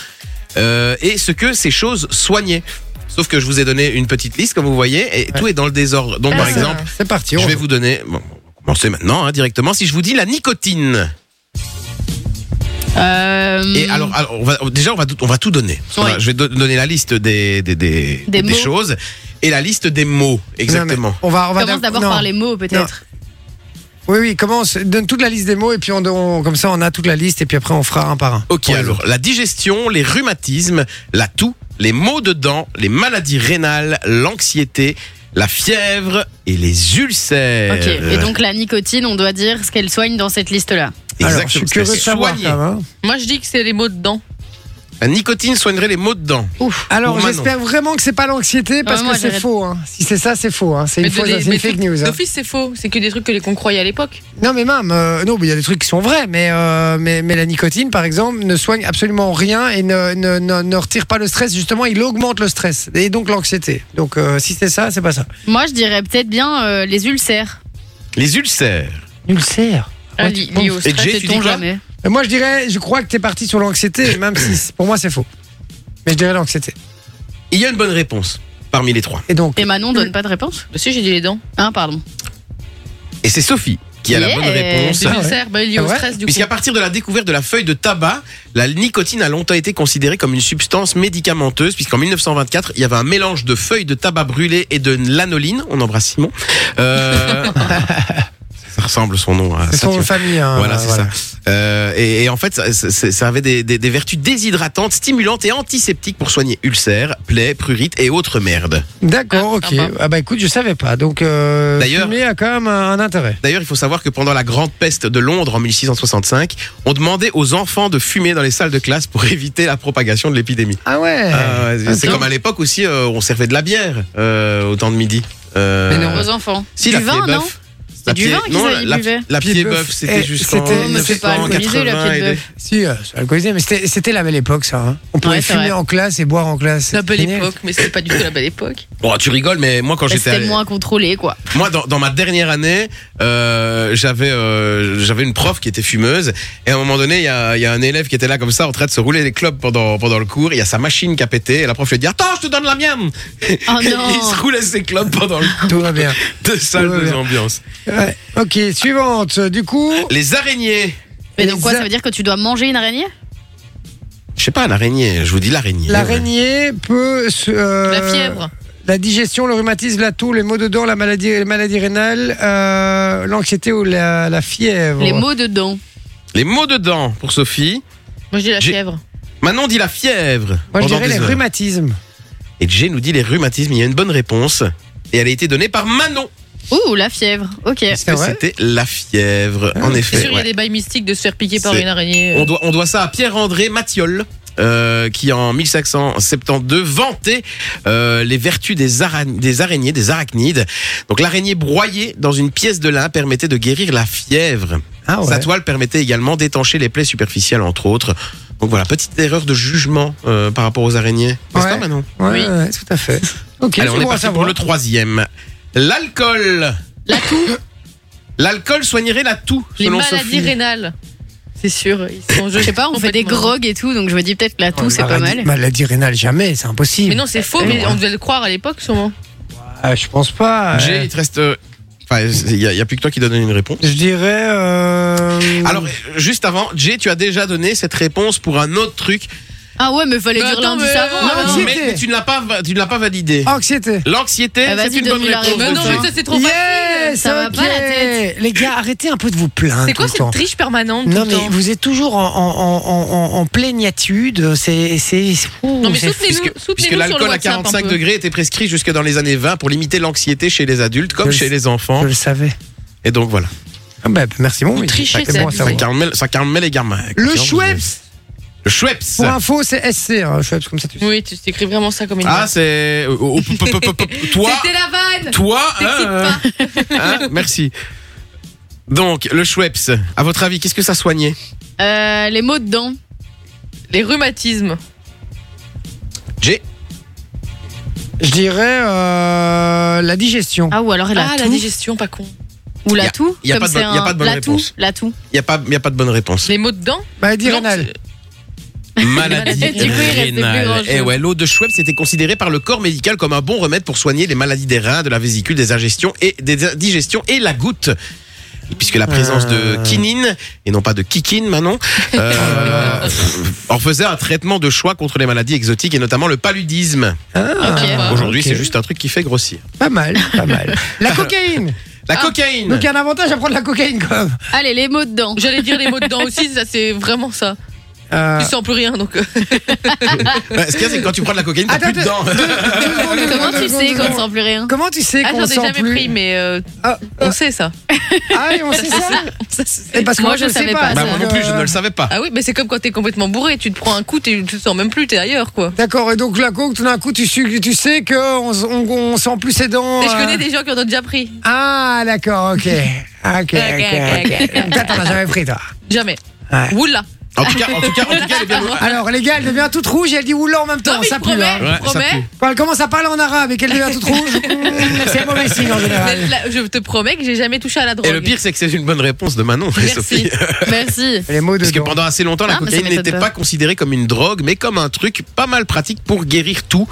[SPEAKER 2] euh, et ce que ces choses soignaient. Sauf que je vous ai donné une petite liste, comme vous voyez, et tout est dans le désordre. Donc, par
[SPEAKER 3] Ah.
[SPEAKER 2] exemple,
[SPEAKER 1] C'est parti. on
[SPEAKER 2] je vais
[SPEAKER 1] joue.
[SPEAKER 2] vous donner. Bon, on va commencer maintenant hein, directement. Si je vous dis la nicotine,
[SPEAKER 5] Euh,
[SPEAKER 1] Mm.
[SPEAKER 2] et alors, alors, on va, déjà on va tout- on va tout donner. Parce qu'on
[SPEAKER 5] Oui.
[SPEAKER 2] va- je vais do- donner la liste des des, des,
[SPEAKER 5] Des mots.
[SPEAKER 2] choses et la liste des mots exactement.
[SPEAKER 1] Non, mais on va, on va
[SPEAKER 5] commence d'abord
[SPEAKER 1] non.
[SPEAKER 5] par les mots peut-être.
[SPEAKER 1] Oui, oui, commence. Donne toute la liste des mots et puis on, on- comme ça on a toute la liste et puis après on fera un par un.
[SPEAKER 2] Ok,
[SPEAKER 1] Pour les
[SPEAKER 2] alors la digestion, les rhumatismes, la toux, les maux de dents, les maladies rénales, l'anxiété, la fièvre et les ulcères.
[SPEAKER 5] Ok, et donc la nicotine, on doit dire ce qu'elle soigne dans cette liste-là.
[SPEAKER 1] Alors,
[SPEAKER 2] Exactement,
[SPEAKER 1] je suis
[SPEAKER 2] parce
[SPEAKER 1] curieux de
[SPEAKER 2] que
[SPEAKER 1] savoir.
[SPEAKER 2] soigner.
[SPEAKER 1] quand même, hein.
[SPEAKER 3] Moi, je dis que c'est les mots dedans.
[SPEAKER 2] La nicotine soignerait les maux de dents.
[SPEAKER 1] Alors
[SPEAKER 2] Pour Manon.
[SPEAKER 1] j'espère vraiment que c'est pas l'anxiété parce
[SPEAKER 5] Ouais, moi,
[SPEAKER 1] que c'est
[SPEAKER 5] j'irais-
[SPEAKER 1] faux. hein. Si c'est ça, c'est faux. hein. C'est
[SPEAKER 3] Mais
[SPEAKER 1] une,
[SPEAKER 3] de
[SPEAKER 1] fausse-
[SPEAKER 3] les-
[SPEAKER 1] c'est
[SPEAKER 3] mais
[SPEAKER 1] une fake
[SPEAKER 3] de-
[SPEAKER 1] news. hein.
[SPEAKER 3] D'office, c'est faux. C'est que des trucs que les qu'on croyait à l'époque.
[SPEAKER 1] Non mais même, euh, non, mais il y a des trucs qui sont vrais, mais, euh, mais mais la nicotine par exemple ne soigne absolument rien et ne ne, ne, ne retire pas le stress. Justement, il augmente le stress et donc l'anxiété. Donc euh, si c'est ça, c'est pas ça.
[SPEAKER 5] Moi, je dirais peut-être bien euh, les ulcères.
[SPEAKER 2] Les ulcères.
[SPEAKER 1] Ulcère.
[SPEAKER 3] Ah,
[SPEAKER 1] Ouais,
[SPEAKER 3] li-
[SPEAKER 1] tu penses-
[SPEAKER 3] lié au stress.
[SPEAKER 2] Et Jay, tu dis
[SPEAKER 5] Sait-on
[SPEAKER 2] quoi
[SPEAKER 5] jamais
[SPEAKER 1] Euh, Moi, je dirais, je crois que t'es parti sur l'anxiété, même si c- pour moi c'est faux. Mais je dirais l'anxiété.
[SPEAKER 2] Il y a une bonne réponse parmi les trois.
[SPEAKER 1] Et donc,
[SPEAKER 5] Et Manon donne pas de réponse
[SPEAKER 3] Si, j'ai dit les dents.
[SPEAKER 5] Hein, pardon.
[SPEAKER 2] Et c'est Sophie qui a la
[SPEAKER 5] Yeah.
[SPEAKER 2] bonne réponse.
[SPEAKER 3] Les
[SPEAKER 1] Ah ouais.
[SPEAKER 3] ulcères, bah, liés
[SPEAKER 1] Ah
[SPEAKER 3] au
[SPEAKER 1] ouais.
[SPEAKER 3] stress, du coup.
[SPEAKER 2] Puisqu'à partir de la découverte de la feuille de tabac, la nicotine a longtemps été considérée comme une substance médicamenteuse, puisqu'en 1924, il y avait un mélange de feuilles de tabac brûlées et de lanoline. On embrasse Simon. Euh, ça ressemble son nom à
[SPEAKER 1] c'est
[SPEAKER 2] ça, tu
[SPEAKER 1] son
[SPEAKER 2] vois.
[SPEAKER 1] famille. hein,
[SPEAKER 2] Voilà, c'est ça. Euh, et, et en fait, ça, ça- ça avait des, des- des vertus déshydratantes, stimulantes et antiseptiques pour soigner ulcères, plaies, prurites et autres merdes.
[SPEAKER 1] D'accord,
[SPEAKER 3] Ah,
[SPEAKER 1] ok.
[SPEAKER 3] sympa.
[SPEAKER 1] Ah bah écoute, je savais pas. Donc, euh,
[SPEAKER 2] D'ailleurs-
[SPEAKER 1] fumer a quand même un, un intérêt.
[SPEAKER 2] D'ailleurs, il faut savoir que pendant la grande peste de Londres en 1665, on demandait aux enfants de fumer dans les salles de classe pour éviter la propagation de l'épidémie.
[SPEAKER 1] Ah
[SPEAKER 5] Eh.
[SPEAKER 1] ouais.
[SPEAKER 2] Ah ouais, c'est
[SPEAKER 1] Attends.
[SPEAKER 2] comme à l'époque aussi, euh, on servait de la bière euh, au temps de midi. Euh,
[SPEAKER 1] Mais non.
[SPEAKER 5] Aux enfants.
[SPEAKER 2] si,
[SPEAKER 5] du
[SPEAKER 2] la
[SPEAKER 5] vin,
[SPEAKER 2] pied
[SPEAKER 5] non
[SPEAKER 2] bœuf. La
[SPEAKER 5] du
[SPEAKER 2] pied-
[SPEAKER 5] vin qu'ils
[SPEAKER 2] non,
[SPEAKER 5] avaient
[SPEAKER 2] la,
[SPEAKER 5] buvé.
[SPEAKER 2] la
[SPEAKER 1] Pied
[SPEAKER 2] pied
[SPEAKER 1] bœuf,
[SPEAKER 2] bœuf, c'était
[SPEAKER 1] eh,
[SPEAKER 2] jusqu'en
[SPEAKER 1] c'était- mais c'est
[SPEAKER 5] pas alcoolisé, la
[SPEAKER 2] 1980
[SPEAKER 5] pied
[SPEAKER 2] et
[SPEAKER 5] bœuf.
[SPEAKER 2] des-
[SPEAKER 1] Si, euh, c'est alcoolisé, mais c'était c'était la belle époque, ça. hein. On pouvait
[SPEAKER 5] Ouais, c'est
[SPEAKER 1] fumer
[SPEAKER 5] vrai.
[SPEAKER 1] en classe et boire en classe.
[SPEAKER 3] C'est la belle
[SPEAKER 1] C'était génial.
[SPEAKER 3] époque, mais c'était pas du tout la belle époque.
[SPEAKER 2] Bon, tu rigoles, mais moi quand
[SPEAKER 5] Bah,
[SPEAKER 2] j'étais
[SPEAKER 5] C'était
[SPEAKER 2] allé-
[SPEAKER 5] moins contrôlé, quoi.
[SPEAKER 2] Moi, dans, dans ma dernière année, euh, j'avais euh, j'avais une prof qui était fumeuse. Et à un moment donné, il y a, il y a un élève qui était là comme ça, en train de se rouler les clubs pendant, pendant le cours. Il y a sa machine qui a pété. Et la prof lui a dit Attends, je te donne la mienne
[SPEAKER 5] Oh
[SPEAKER 2] Et
[SPEAKER 5] non.
[SPEAKER 2] Il se roulait ses clubs pendant le cours.
[SPEAKER 1] Tout va bien.
[SPEAKER 2] Deux salles,
[SPEAKER 1] Ouais,
[SPEAKER 2] deux
[SPEAKER 1] ouais.
[SPEAKER 2] ambiances.
[SPEAKER 1] Ouais. Ok, suivante. Du coup,
[SPEAKER 2] Les araignées.
[SPEAKER 5] Mais
[SPEAKER 1] Les
[SPEAKER 5] donc quoi,
[SPEAKER 1] a-
[SPEAKER 5] ça veut dire que tu dois manger une araignée
[SPEAKER 2] Je sais pas, l'araignée. Je vous dis l'araignée.
[SPEAKER 1] l'araignée peut. se- euh,
[SPEAKER 3] La fièvre.
[SPEAKER 1] La digestion, le rhumatisme, la toux, les maux de dents, la maladie, les maladies rénales, euh, l'anxiété ou la, la fièvre.
[SPEAKER 5] Les mots dedans.
[SPEAKER 2] Les mots dedans pour Sophie.
[SPEAKER 3] Moi, je dis la
[SPEAKER 2] J'ai-
[SPEAKER 3] fièvre.
[SPEAKER 2] Manon dit la fièvre.
[SPEAKER 1] Moi, je
[SPEAKER 2] pendant
[SPEAKER 1] dirais
[SPEAKER 2] des
[SPEAKER 1] les
[SPEAKER 2] heures.
[SPEAKER 1] rhumatismes.
[SPEAKER 2] Et Jay nous dit les rhumatismes. Il y a une bonne réponse. Et elle a été donnée par Manon.
[SPEAKER 5] Ouh, la fièvre. Ok.
[SPEAKER 1] C'est
[SPEAKER 2] que
[SPEAKER 1] vrai Ah
[SPEAKER 2] C'était la fièvre. En
[SPEAKER 3] C'est
[SPEAKER 2] effet.
[SPEAKER 3] sûr, il y
[SPEAKER 2] ouais.
[SPEAKER 3] a des bails mystiques de se faire piquer par
[SPEAKER 2] C'est-
[SPEAKER 3] une araignée.
[SPEAKER 2] On doit, on doit ça à Pierre-André Mathiol. euh, qui en 1572 vantait euh, les vertus des, ara- des araignées, des arachnides. Donc l'araignée broyée dans une pièce de lin permettait de guérir la fièvre.
[SPEAKER 1] Ah ouais.
[SPEAKER 2] Sa toile permettait également d'étancher les plaies superficielles, entre autres. Donc voilà, petite erreur de jugement euh, par rapport aux araignées. N'est-ce
[SPEAKER 1] Ouais.
[SPEAKER 2] pas, Manon
[SPEAKER 1] Ouais,
[SPEAKER 3] Oui.
[SPEAKER 1] ouais, tout à fait. Ok,
[SPEAKER 2] Allez,
[SPEAKER 1] c'est
[SPEAKER 2] on
[SPEAKER 1] bon
[SPEAKER 2] est
[SPEAKER 1] à
[SPEAKER 2] parti pour
[SPEAKER 1] savoir.
[SPEAKER 2] le troisième. L'alcool.
[SPEAKER 3] La toux,
[SPEAKER 2] L'alcool soignerait la toux,
[SPEAKER 3] les
[SPEAKER 2] selon
[SPEAKER 3] maladies
[SPEAKER 2] Sophie.
[SPEAKER 3] rénales. C'est sûr, ils sont
[SPEAKER 5] Je sais pas, on fait des grogues et tout, donc je me dis peut-être que la toux,
[SPEAKER 2] Oh,
[SPEAKER 5] c'est pas
[SPEAKER 1] Maladie-
[SPEAKER 5] mal.
[SPEAKER 1] Maladie rénale, jamais, c'est impossible.
[SPEAKER 3] Mais non, c'est faux, mais on devait le croire à l'époque, sûrement.
[SPEAKER 1] Ah, je pense pas. euh,
[SPEAKER 2] Jay, il te reste. euh, Enfin, il y, a- il y a plus que toi qui donne une réponse.
[SPEAKER 1] je dirais. euh,
[SPEAKER 2] Alors, euh, juste avant, Jay, tu as déjà donné cette réponse pour un autre truc,
[SPEAKER 5] Ah ouais, mais fallait
[SPEAKER 3] Mais
[SPEAKER 5] dire
[SPEAKER 3] Bah, attends,
[SPEAKER 5] lundi hein.
[SPEAKER 3] mais-
[SPEAKER 5] avant.
[SPEAKER 3] Non,
[SPEAKER 5] alors.
[SPEAKER 1] Anxiété.
[SPEAKER 2] mais, mais tu ne l'as pas, va- tu ne l'as pas validé.
[SPEAKER 1] Ah. Anxiété.
[SPEAKER 2] L'anxiété,
[SPEAKER 3] Ah,
[SPEAKER 5] Eh, vas-y,
[SPEAKER 2] c'est une bonne
[SPEAKER 5] donne-lui la
[SPEAKER 2] réponse.
[SPEAKER 3] Mais
[SPEAKER 5] réponse.
[SPEAKER 2] de
[SPEAKER 3] non,
[SPEAKER 2] Jay.
[SPEAKER 3] mais ça, c'est trop facile.
[SPEAKER 1] yes,
[SPEAKER 5] ça va
[SPEAKER 1] ok.
[SPEAKER 5] pas, la tête.
[SPEAKER 1] Les gars, arrêtez un peu de vous plaindre.
[SPEAKER 3] C'est quoi
[SPEAKER 1] tout le temps.
[SPEAKER 3] cette triche permanente tout
[SPEAKER 1] Non,
[SPEAKER 3] le
[SPEAKER 1] mais
[SPEAKER 3] temps
[SPEAKER 1] vous êtes toujours en, en, en, en, en plaignatude. C'est. c'est- ouh,
[SPEAKER 3] Non, mais
[SPEAKER 1] c'est-
[SPEAKER 3] soutenez-nous
[SPEAKER 2] Puisque,
[SPEAKER 3] soutenez-nous
[SPEAKER 2] puisque
[SPEAKER 3] sur le
[SPEAKER 2] l'alcool à
[SPEAKER 3] WhatsApp hein. un
[SPEAKER 2] 45
[SPEAKER 3] peu.
[SPEAKER 2] degrés était prescrit jusque dans les années 20 pour limiter l'anxiété chez les adultes comme
[SPEAKER 1] Je
[SPEAKER 2] chez
[SPEAKER 1] le-
[SPEAKER 2] les enfants.
[SPEAKER 1] Je le savais.
[SPEAKER 2] Et donc voilà.
[SPEAKER 1] Ah bah, merci, mon
[SPEAKER 3] Vous
[SPEAKER 1] oui,
[SPEAKER 3] trichez,
[SPEAKER 1] c'est bon à
[SPEAKER 3] c'est
[SPEAKER 2] Ça
[SPEAKER 1] savoir.
[SPEAKER 2] calme, ça calme les gamins.
[SPEAKER 1] Le
[SPEAKER 2] Tiens,
[SPEAKER 1] Schweppes,
[SPEAKER 2] Le Schweppes.
[SPEAKER 1] pour info, c'est SC. Hein, Schweppes, comme ça, tu sais.
[SPEAKER 3] Oui, tu t'écris vraiment ça comme une.
[SPEAKER 2] Ah, c'est. oh, oh, pop, pop, pop, pop, Toi,
[SPEAKER 3] C'était la vanne
[SPEAKER 2] toi,
[SPEAKER 3] T'excites
[SPEAKER 2] hein, hein, hein, merci. Donc, le Schweppes, à votre avis, qu'est-ce que ça soignait
[SPEAKER 5] Euh, les mots dedans.
[SPEAKER 3] Les rhumatismes.
[SPEAKER 2] J'ai.
[SPEAKER 1] Je dirais euh, la digestion.
[SPEAKER 5] Ah ou alors la
[SPEAKER 3] ah, la
[SPEAKER 5] toux.
[SPEAKER 3] digestion, pas con.
[SPEAKER 5] Ou la
[SPEAKER 2] Y a-
[SPEAKER 5] toux.
[SPEAKER 2] y a
[SPEAKER 5] comme
[SPEAKER 2] pas de
[SPEAKER 5] c'est
[SPEAKER 2] bonne- y a
[SPEAKER 5] un-
[SPEAKER 2] pas de bonne
[SPEAKER 5] la toux.
[SPEAKER 2] réponse.
[SPEAKER 5] La toux.
[SPEAKER 2] Il n'y a, pas- y a pas de bonne réponse.
[SPEAKER 3] Les mots dedans
[SPEAKER 1] Maladie
[SPEAKER 3] Non,
[SPEAKER 1] rénale.
[SPEAKER 2] Maladie
[SPEAKER 5] Du coup, il restait plus
[SPEAKER 2] rénale.
[SPEAKER 5] grand-chose.
[SPEAKER 2] Et ouais, l'eau de Schweppes était considérée par le corps médical comme un bon remède pour soigner les maladies des reins, de la vésicule, des ingestions et des digestions et la goutte. Puisque la présence
[SPEAKER 1] Euh.
[SPEAKER 2] de quinine, et non pas de kikine, Manon, euh, en faisait un traitement de choix contre les maladies exotiques et notamment le paludisme.
[SPEAKER 1] Ah,
[SPEAKER 2] Aujourd'hui,
[SPEAKER 1] ok.
[SPEAKER 2] c'est juste un truc qui fait grossir.
[SPEAKER 1] Pas mal, pas mal. La cocaïne.
[SPEAKER 2] La
[SPEAKER 3] Ah.
[SPEAKER 2] cocaïne
[SPEAKER 1] Donc, il y a un avantage à prendre la cocaïne, quand même.
[SPEAKER 5] Allez, les mots dedans.
[SPEAKER 3] J'allais dire les mots dedans aussi, ça c'est vraiment ça.
[SPEAKER 1] Euh,
[SPEAKER 3] Tu sens plus rien donc. euh,
[SPEAKER 2] Ouais, Ce qu'il y a, c'est que quand tu prends de la cocaïne, t'as
[SPEAKER 1] Attends,
[SPEAKER 2] plus dedans.
[SPEAKER 5] Comment tu sais qu'on ne sent plus rien
[SPEAKER 1] Comment tu sais
[SPEAKER 3] Ah,
[SPEAKER 1] qu'on
[SPEAKER 3] j'en
[SPEAKER 1] sent
[SPEAKER 3] ai jamais
[SPEAKER 1] plus
[SPEAKER 3] pris, mais euh,
[SPEAKER 1] Ah,
[SPEAKER 3] on sait ça.
[SPEAKER 1] ah oui, on sait ça. Et parce que
[SPEAKER 5] Moi,
[SPEAKER 1] moi, je
[SPEAKER 5] je
[SPEAKER 1] le sais
[SPEAKER 5] savais
[SPEAKER 1] pas.
[SPEAKER 5] pas
[SPEAKER 2] Bah,
[SPEAKER 1] donc,
[SPEAKER 2] moi non plus, je ne
[SPEAKER 1] euh,
[SPEAKER 2] le savais pas.
[SPEAKER 3] Ah oui, mais c'est comme quand t'es complètement bourré, tu te prends un coup, t'es- tu te sens même plus, t'es ailleurs quoi.
[SPEAKER 1] D'accord, et donc la coke, tout d'un coup, tu, su- tu sais qu'on on, on sent plus ses dents.
[SPEAKER 3] Et je
[SPEAKER 1] euh,
[SPEAKER 3] connais des gens qui en ont déjà pris.
[SPEAKER 1] Ah, d'accord, ok. Ah, Ok, ok, ok. Donc, Toi, t'en as jamais pris, toi.
[SPEAKER 3] Jamais.
[SPEAKER 1] Ouais.
[SPEAKER 3] Oula.
[SPEAKER 2] En tout cas, en tout cas, en tout cas, elle est bien loin.
[SPEAKER 1] Alors, les gars, elle devient toute rouge et elle dit oula en même temps,
[SPEAKER 3] Non, mais
[SPEAKER 1] ça
[SPEAKER 3] il
[SPEAKER 1] pue.
[SPEAKER 3] promet,
[SPEAKER 1] hein.
[SPEAKER 3] il
[SPEAKER 2] Ouais, ça
[SPEAKER 3] promet.
[SPEAKER 2] pue.
[SPEAKER 1] Quand elle commence à parler en arabe et qu'elle devient toute rouge, mm, c'est mauvais signe en
[SPEAKER 3] Mais
[SPEAKER 1] général.
[SPEAKER 3] là, je te promets que j'ai jamais touché à la drogue.
[SPEAKER 2] Et le pire, c'est que c'est une bonne réponse de Manon, et
[SPEAKER 3] Merci.
[SPEAKER 2] Sophie.
[SPEAKER 5] Merci.
[SPEAKER 1] Les mots de
[SPEAKER 2] Parce que pendant assez longtemps, la
[SPEAKER 5] Ah, mais ça
[SPEAKER 2] cocaïne
[SPEAKER 5] m'étonne
[SPEAKER 2] n'était
[SPEAKER 5] pas.
[SPEAKER 2] pas considérée comme une drogue, mais comme un truc pas mal pratique pour guérir tout.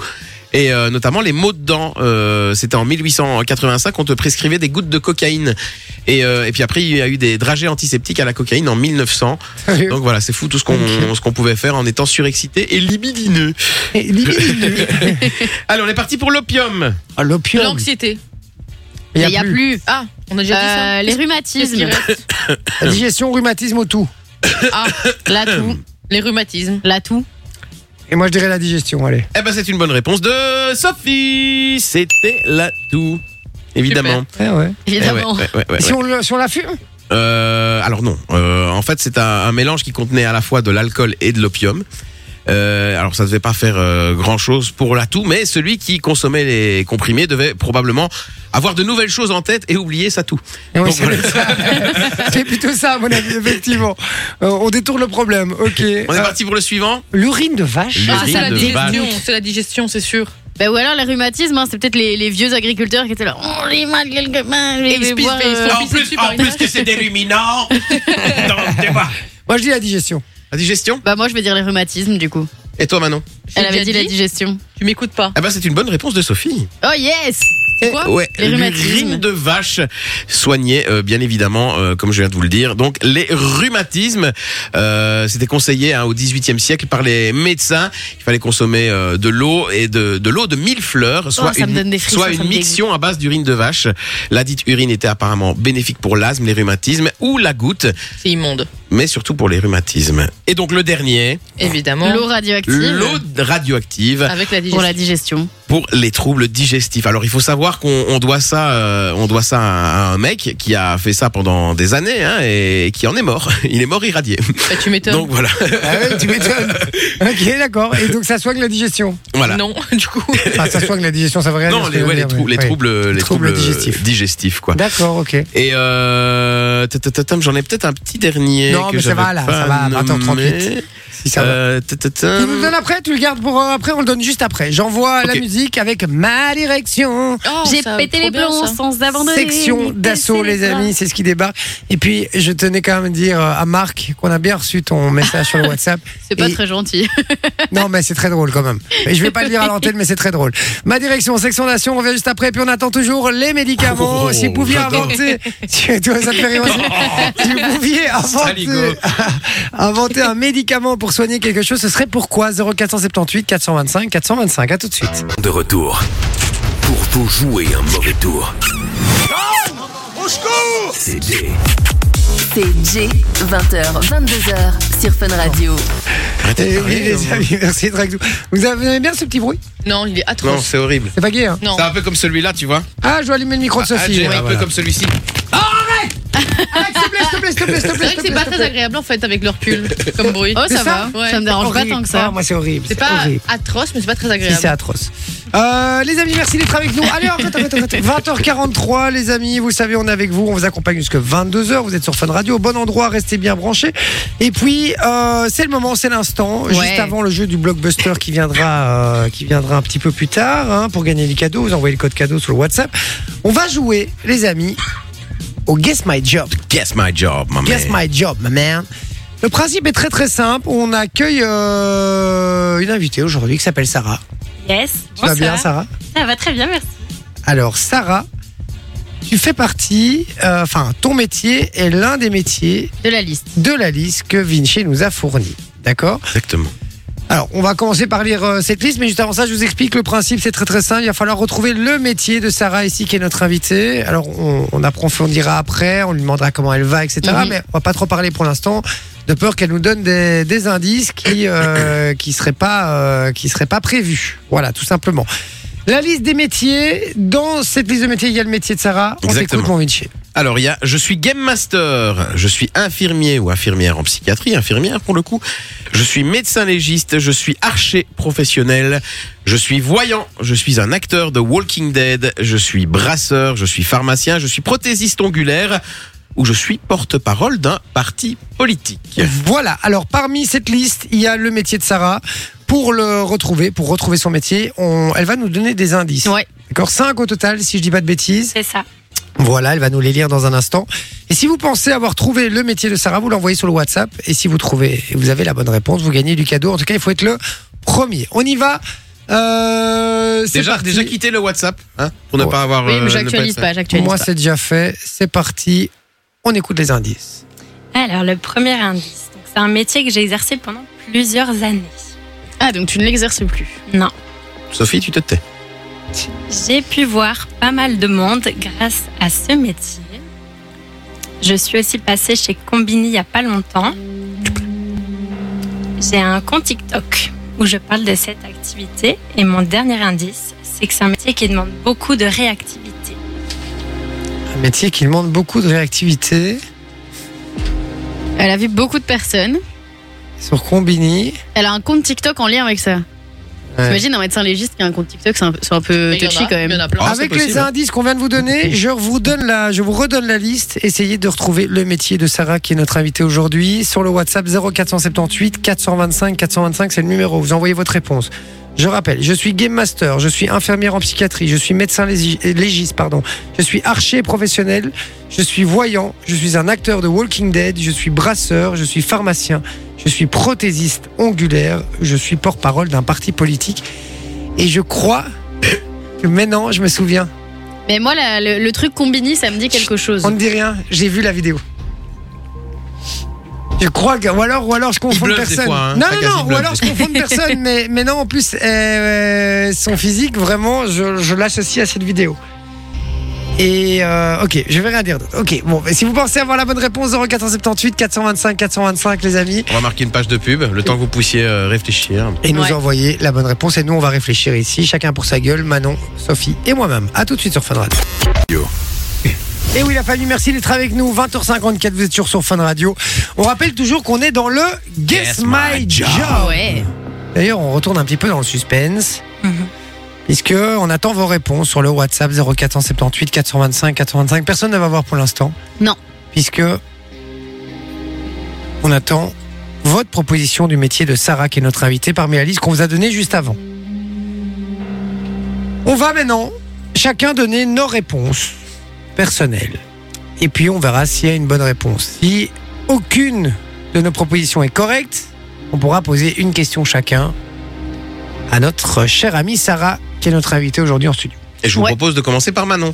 [SPEAKER 2] Et euh, notamment les maux de dents. Euh, C'était en 1885 qu'on te prescrivait des gouttes de cocaïne. Et, euh, et puis après, il y a eu des dragées antiseptiques à la cocaïne en 1900.
[SPEAKER 1] Ah
[SPEAKER 2] Donc voilà, c'est fou tout ce qu'on ce qu'on pouvait faire en étant surexcité et libidineux. Allez, on est parti pour l'opium.
[SPEAKER 1] Ah, l'opium.
[SPEAKER 3] L'anxiété.
[SPEAKER 1] Il y
[SPEAKER 5] Il y a plus.
[SPEAKER 3] Ah, on a déjà
[SPEAKER 5] Euh, les
[SPEAKER 3] dit ça. Qu'est-ce qui
[SPEAKER 5] rhumatismes.
[SPEAKER 3] reste
[SPEAKER 1] Digestion, rhumatisme, au tout.
[SPEAKER 3] Ah,
[SPEAKER 5] La toux.
[SPEAKER 3] les rhumatismes.
[SPEAKER 5] La toux.
[SPEAKER 1] Et moi, je dirais la digestion, allez.
[SPEAKER 2] Eh ben, c'est une bonne réponse de Sophie. C'était la toux. Évidemment.
[SPEAKER 1] Ouais, ouais.
[SPEAKER 2] Eh ouais,
[SPEAKER 5] Évidemment.
[SPEAKER 2] ouais, ouais, ouais,
[SPEAKER 1] Et Si, on, le- si on la fume
[SPEAKER 2] Euh, alors non. Euh, en fait, c'est un, un mélange qui contenait à la fois de l'alcool et de l'opium. Euh, alors ça devait pas faire euh, grand chose pour l'atout, mais celui qui consommait les comprimés devait probablement avoir de nouvelles choses en tête et oublier sa toux.
[SPEAKER 1] Et Eh oui,
[SPEAKER 2] Donc, euh,
[SPEAKER 1] c'est ça. C'est plutôt ça, à mon avis, effectivement. Euh, on détourne le problème, ok.
[SPEAKER 2] On est
[SPEAKER 1] Euh,
[SPEAKER 2] parti pour le suivant.
[SPEAKER 1] L'urine de vache
[SPEAKER 3] Ah, c'est
[SPEAKER 2] L'urine
[SPEAKER 3] la
[SPEAKER 2] de
[SPEAKER 3] digestion,
[SPEAKER 2] vache.
[SPEAKER 3] c'est la digestion, c'est sûr.
[SPEAKER 5] Bah, ou alors les rhumatismes, hein, c'est peut-être les, les vieux agriculteurs qui étaient là. Oh, j'ai mal quelque part. je vais
[SPEAKER 3] Et ils se pissent,
[SPEAKER 5] voir,
[SPEAKER 3] mais ils se
[SPEAKER 5] euh,
[SPEAKER 3] font pisser dessus par une vache.
[SPEAKER 2] c'est déluminant.
[SPEAKER 1] Moi, je dis la digestion.
[SPEAKER 2] La digestion.
[SPEAKER 5] Bah, moi, je vais dire les rhumatismes, du coup.
[SPEAKER 2] Et toi, Manon
[SPEAKER 5] Elle
[SPEAKER 3] J'ai
[SPEAKER 5] avait dit
[SPEAKER 3] déjà
[SPEAKER 5] la digestion.
[SPEAKER 3] Tu m'écoutes pas.
[SPEAKER 2] Ah ben, c'est une bonne réponse de Sophie.
[SPEAKER 5] Oh yes
[SPEAKER 1] C'est
[SPEAKER 5] quoi
[SPEAKER 2] Ouais,
[SPEAKER 5] Ah, Les rhumatismes.
[SPEAKER 2] l'urine de vache soignait euh, bien évidemment, euh, comme je viens de vous le dire. Donc les rhumatismes, euh, c'était conseillé hein, au XVIIIe siècle par les médecins. Il fallait consommer euh, de l'eau et de, de l'eau de mille fleurs, soit
[SPEAKER 5] Oh, ça me donne
[SPEAKER 2] une,
[SPEAKER 5] des frissons,
[SPEAKER 2] soit
[SPEAKER 5] ça
[SPEAKER 2] une
[SPEAKER 5] me dégoûte.
[SPEAKER 2] mixion à base d'urine de vache. La dite urine était apparemment bénéfique pour l'asthme, les rhumatismes ou la goutte,
[SPEAKER 3] C'est immonde.
[SPEAKER 2] mais surtout pour les rhumatismes. Et donc le dernier,
[SPEAKER 3] Évidemment.
[SPEAKER 5] L'eau radioactive.
[SPEAKER 2] l'eau radioactive
[SPEAKER 3] Avec la digestion.
[SPEAKER 5] Pour la digestion.
[SPEAKER 2] pour les troubles digestifs. Alors il faut savoir qu'on on doit ça, euh, on doit ça à, à un mec qui a fait ça pendant des années hein, et qui en est mort. Il est mort irradié.
[SPEAKER 3] Bah, tu m'étonnes.
[SPEAKER 2] Donc voilà,
[SPEAKER 1] Ah oui, tu m'étonnes. ok, d'accord. Et donc, ça soigne la digestion.
[SPEAKER 2] voilà.
[SPEAKER 3] Non, du coup.
[SPEAKER 1] Enfin, ça soigne la digestion, ça veut rien
[SPEAKER 2] Non,
[SPEAKER 1] dire, ce que
[SPEAKER 2] les,
[SPEAKER 1] je veux
[SPEAKER 2] ouais, les,
[SPEAKER 1] dire,
[SPEAKER 2] trou-
[SPEAKER 1] mais-
[SPEAKER 2] les
[SPEAKER 1] ouais.
[SPEAKER 2] troubles, les
[SPEAKER 1] Troubles
[SPEAKER 2] troubles
[SPEAKER 1] digestifs.
[SPEAKER 2] digestifs quoi.
[SPEAKER 1] D'accord, ok.
[SPEAKER 2] Et euh, tatatam, j'en ai peut-être un petit dernier.
[SPEAKER 1] Non,
[SPEAKER 2] que
[SPEAKER 1] mais ça
[SPEAKER 2] j'avais
[SPEAKER 1] va, là,
[SPEAKER 2] pas
[SPEAKER 1] ça va,
[SPEAKER 2] nommé.
[SPEAKER 1] 20h38, si ça va.
[SPEAKER 2] Euh, ta, ta, ta.
[SPEAKER 1] Tu nous le donnes après, tu le gardes pour euh, après, on le donne juste après. J'envoie la
[SPEAKER 2] Ok.
[SPEAKER 1] musique avec ma direction.
[SPEAKER 3] Oh,
[SPEAKER 5] J'ai
[SPEAKER 3] ça,
[SPEAKER 5] pété
[SPEAKER 3] trop
[SPEAKER 5] les
[SPEAKER 3] bien,
[SPEAKER 5] plombs
[SPEAKER 3] ça.
[SPEAKER 5] sans abandonner.
[SPEAKER 1] Section d'assaut, les amis, c'est ce qui débarque. Et puis, je tenais quand même à dire euh, à Marc qu'on a bien reçu ton message sur le WhatsApp.
[SPEAKER 5] C'est pas
[SPEAKER 1] Et-
[SPEAKER 5] très gentil.
[SPEAKER 1] Non, mais c'est très drôle quand même. Et je vais pas le dire à l'antenne, mais c'est très drôle. Ma direction, section d'assaut, on revient juste après. Puis on attend toujours les médicaments.
[SPEAKER 2] Oh,
[SPEAKER 1] si vous pouviez
[SPEAKER 2] j'adore. Oh.
[SPEAKER 1] inventer, tu toi, ça te fait rire aussi. Si vous pouviez inventer,
[SPEAKER 2] Saligo.
[SPEAKER 1] inventer un médicament pour soigner quelque chose, ce serait pourquoi 0478 425 425. À tout de
[SPEAKER 2] Ah,
[SPEAKER 1] suite.
[SPEAKER 7] De retour. Pour vous jouer un mauvais tour. Au secours C'est Jay.
[SPEAKER 6] C'est J, 20h, 22h sur Fun Radio.
[SPEAKER 2] Arrêtez de
[SPEAKER 1] Et Eh oui,
[SPEAKER 2] parler,
[SPEAKER 1] les
[SPEAKER 2] hein.
[SPEAKER 1] amis, merci d'être avec nous. Vous avez bien ce petit bruit
[SPEAKER 3] Non, il est
[SPEAKER 2] Non,
[SPEAKER 3] atroce.
[SPEAKER 2] c'est horrible.
[SPEAKER 1] C'est pas gay, hein
[SPEAKER 3] Non.
[SPEAKER 2] C'est un peu comme celui-là, tu vois.
[SPEAKER 1] Ah, je dois allumer le micro de
[SPEAKER 2] Ah,
[SPEAKER 1] Sophie.
[SPEAKER 2] j'ai
[SPEAKER 1] Ah,
[SPEAKER 2] un peu
[SPEAKER 1] voilà.
[SPEAKER 2] comme celui-ci.
[SPEAKER 1] Alex, s'il te plaît, s'il te plaît, s'il te plaît, s'il te
[SPEAKER 3] C'est
[SPEAKER 1] plaît,
[SPEAKER 3] vrai
[SPEAKER 1] s'il te plaît,
[SPEAKER 3] que c'est pas très agréable en fait avec leur pull comme bruit.
[SPEAKER 5] Oh, ça
[SPEAKER 1] C'est ça
[SPEAKER 5] va.
[SPEAKER 3] Ouais.
[SPEAKER 5] Ça me dérange pas
[SPEAKER 1] Horrible.
[SPEAKER 5] tant que ça.
[SPEAKER 1] Ah, moi, c'est horrible.
[SPEAKER 3] C'est pas
[SPEAKER 1] horrible.
[SPEAKER 3] atroce, mais c'est pas très
[SPEAKER 1] Si, c'est
[SPEAKER 3] agréable.
[SPEAKER 1] atroce. Euh, les amis, merci d'être avec nous. Allez, arrête, arrête, arrête. 20h43, les amis, vous savez, on est avec vous. On vous accompagne jusque 22h. Vous êtes sur Fun Radio, au bon endroit, restez bien branchés. Et puis, euh, c'est le moment, c'est l'instant,
[SPEAKER 5] Ouais.
[SPEAKER 1] juste avant le jeu du blockbuster qui viendra, euh, qui viendra un petit peu plus tard. hein, pour gagner les cadeaux, vous envoyez le code cadeau sur le WhatsApp. On va jouer, les amis, au Guess My Job.
[SPEAKER 2] Guess my job, my
[SPEAKER 1] Guess
[SPEAKER 2] man.
[SPEAKER 1] my job, ma man. Le principe est très très simple. On accueille euh, une invitée aujourd'hui qui s'appelle Sarah.
[SPEAKER 8] Yes.
[SPEAKER 1] Tu vas bien, Oh, Sarah
[SPEAKER 8] Ça va très bien, merci.
[SPEAKER 1] Alors, Sarah, tu fais partie, euh, enfin, ton métier est l'un des métiers
[SPEAKER 5] De la liste.
[SPEAKER 1] de la liste que Vinci nous a fournie. D'accord
[SPEAKER 2] Exactement.
[SPEAKER 1] Alors, on va commencer par lire euh, cette liste, mais juste avant ça, je vous explique le principe, c'est très très simple. Il va falloir retrouver le métier de Sarah ici, qui est notre invitée. Alors, on, on approfondira après, on lui demandera comment elle va, etc.
[SPEAKER 5] Mhm.
[SPEAKER 1] Mais on va pas trop parler pour l'instant, de peur qu'elle nous donne des, des indices qui euh, qui seraient pas euh, qui seraient pas prévus. Voilà, tout simplement. La liste des métiers. Dans cette liste de métiers, il y a le métier de Sarah. On
[SPEAKER 2] Exactement.
[SPEAKER 1] t'écoute, mon Vinci.
[SPEAKER 2] Alors, il y a je suis game master, je suis infirmier ou infirmière en psychiatrie, infirmière pour le coup, je suis médecin légiste, je suis archer professionnel, je suis voyant, je suis un acteur de Walking Dead, je suis brasseur, je suis pharmacien, je suis prothésiste ongulaire ou je suis porte-parole d'un parti politique.
[SPEAKER 1] Voilà. Alors, parmi cette liste, il y a le métier de Sarah. Pour le retrouver, pour retrouver son métier, on- elle va nous donner des indices.
[SPEAKER 5] Ouais.
[SPEAKER 1] D'accord 5 au total, si je dis pas de bêtises.
[SPEAKER 8] C'est ça.
[SPEAKER 1] Voilà, elle va nous les lire dans un instant. Et si vous pensez avoir trouvé le métier de Sarah, vous l'envoyez sur le WhatsApp. Et si vous trouvez et vous avez la bonne réponse, vous gagnez du cadeau. En tout cas, il faut être le premier. On y va. Euh, c'est
[SPEAKER 2] Déjà,
[SPEAKER 1] parti.
[SPEAKER 2] déjà quitté le WhatsApp, hein, pour ne
[SPEAKER 1] Ouais.
[SPEAKER 2] pas avoir.
[SPEAKER 5] Oui,
[SPEAKER 2] euh,
[SPEAKER 5] mais
[SPEAKER 2] ne pas
[SPEAKER 5] j'actualise
[SPEAKER 2] être-
[SPEAKER 5] pas, j'actualise
[SPEAKER 1] Moi,
[SPEAKER 5] pas.
[SPEAKER 1] c'est déjà fait. C'est parti. On écoute les indices.
[SPEAKER 8] Alors, le premier indice. Donc, C'est un métier que j'ai exercé pendant plusieurs années.
[SPEAKER 5] Ah, donc tu ne l'exerces plus.
[SPEAKER 8] Non.
[SPEAKER 2] Sophie, tu te tais.
[SPEAKER 8] J'ai pu voir pas mal de monde grâce à ce métier. Je suis aussi passée chez Combini il n'y a pas longtemps. J'ai un compte TikTok où je parle de cette activité. Et mon dernier indice, c'est que c'est un métier qui demande beaucoup de réactivité.
[SPEAKER 1] Un métier qui demande beaucoup de réactivité.
[SPEAKER 5] Elle a vu beaucoup de personnes.
[SPEAKER 1] Sur Combini.
[SPEAKER 5] Elle a un compte TikTok en lien avec ça. T'imagines un médecin légiste qui a un compte TikTok, c'est un, peu- c'est un peu
[SPEAKER 3] Mais il y en a,
[SPEAKER 5] touchy quand
[SPEAKER 3] Il y en
[SPEAKER 5] même.
[SPEAKER 3] a plein.
[SPEAKER 2] Ah, c'est
[SPEAKER 1] Avec
[SPEAKER 2] possible,
[SPEAKER 1] les
[SPEAKER 2] hein.
[SPEAKER 1] indices qu'on vient de vous donner, je vous donne la, je vous redonne la liste. Essayez de retrouver le métier de Sarah qui est notre invitée aujourd'hui sur le WhatsApp 0478 425 425, c'est le numéro. Vous envoyez votre réponse. Je rappelle, je suis game master, je suis infirmière en psychiatrie, je suis médecin lési- euh, légiste, pardon, je suis archer professionnel, je suis voyant, je suis un acteur de Walking Dead, je suis brasseur, je suis pharmacien, je suis prothésiste ongulaire, je suis porte-parole d'un parti politique et je crois que maintenant je me souviens.
[SPEAKER 5] Mais moi, la- le, le truc combini, ça me dit quelque chose.
[SPEAKER 1] On ne dit rien, j'ai vu la vidéo. Je crois que. Ou alors, ou alors je confonds
[SPEAKER 2] bluffe des
[SPEAKER 1] personne.
[SPEAKER 2] fois, hein.
[SPEAKER 1] Non,
[SPEAKER 2] Fracas,
[SPEAKER 1] non,
[SPEAKER 2] il
[SPEAKER 1] non, ou
[SPEAKER 2] bluffe.
[SPEAKER 1] alors je confonds personne, mais, mais non, en plus, euh, son physique, vraiment, je, je l'associe à cette vidéo. Et euh, ok, je vais rien dire d'autre. Ok, bon, mais si vous pensez avoir la bonne réponse, 0478 425 425, les amis,
[SPEAKER 2] On va marquer une page de pub, le temps que vous puissiez euh, réfléchir.
[SPEAKER 1] et nous
[SPEAKER 5] Ouais.
[SPEAKER 1] envoyez la bonne réponse. Et nous, on va réfléchir ici, chacun pour sa gueule, Manon, Sophie et moi-même. À tout de suite sur Fun Radio.
[SPEAKER 7] Yo.
[SPEAKER 1] Et oui, la famille, merci d'être avec nous. 20h54, vous êtes toujours sur Fun Radio. On rappelle toujours qu'on est dans le Guess,
[SPEAKER 2] Guess
[SPEAKER 1] My,
[SPEAKER 2] My
[SPEAKER 1] Job.
[SPEAKER 5] Ah ouais.
[SPEAKER 1] D'ailleurs, on retourne un petit peu dans le suspense.
[SPEAKER 8] Mhm.
[SPEAKER 1] Puisque on attend vos réponses sur le WhatsApp 0478 425 425. Personne ne va voir pour l'instant.
[SPEAKER 5] Non.
[SPEAKER 1] Puisque On attend votre proposition du métier de Sarah, qui est notre invitée parmi la liste qu'on vous a donnée juste avant. On va maintenant chacun donner nos réponses personnelles. Et puis on verra s'il y a une bonne réponse. Si aucune de nos propositions est correcte, on pourra poser une question chacun à notre chère amie Sarah, qui est notre invitée aujourd'hui en studio.
[SPEAKER 2] Et je vous
[SPEAKER 3] Ouais.
[SPEAKER 2] propose de commencer par Manon.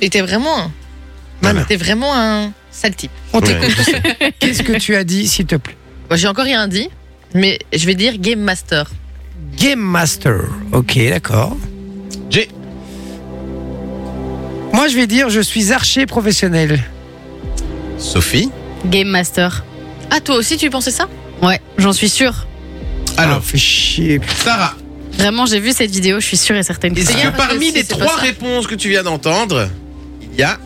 [SPEAKER 3] Et t'es vraiment, un-
[SPEAKER 1] Manon,
[SPEAKER 3] t'es vraiment un sale type.
[SPEAKER 1] on
[SPEAKER 2] Ouais,
[SPEAKER 1] t'écoute. Qu'est-ce que tu as dit, s'il te plaît
[SPEAKER 3] Moi, j'ai encore rien dit, mais je vais dire game master.
[SPEAKER 1] Game Master. Ok, d'accord.
[SPEAKER 2] J'ai.
[SPEAKER 1] Moi, je vais dire, je suis archer professionnel.
[SPEAKER 2] Sophie.
[SPEAKER 5] Game Master.
[SPEAKER 3] Ah, toi aussi, tu pensais ça
[SPEAKER 5] Ouais, j'en suis sûre.
[SPEAKER 2] Alors,
[SPEAKER 1] Ah, fais chier.
[SPEAKER 2] Sarah,
[SPEAKER 5] Vraiment, j'ai vu cette vidéo, je suis sûre et certaine. que
[SPEAKER 2] est-ce
[SPEAKER 5] c'est
[SPEAKER 2] que
[SPEAKER 5] ça.
[SPEAKER 3] parce que
[SPEAKER 2] parmi
[SPEAKER 3] si,
[SPEAKER 2] les
[SPEAKER 3] c'est pas
[SPEAKER 2] trois
[SPEAKER 3] ça.
[SPEAKER 2] réponses que tu viens d'entendre, il y a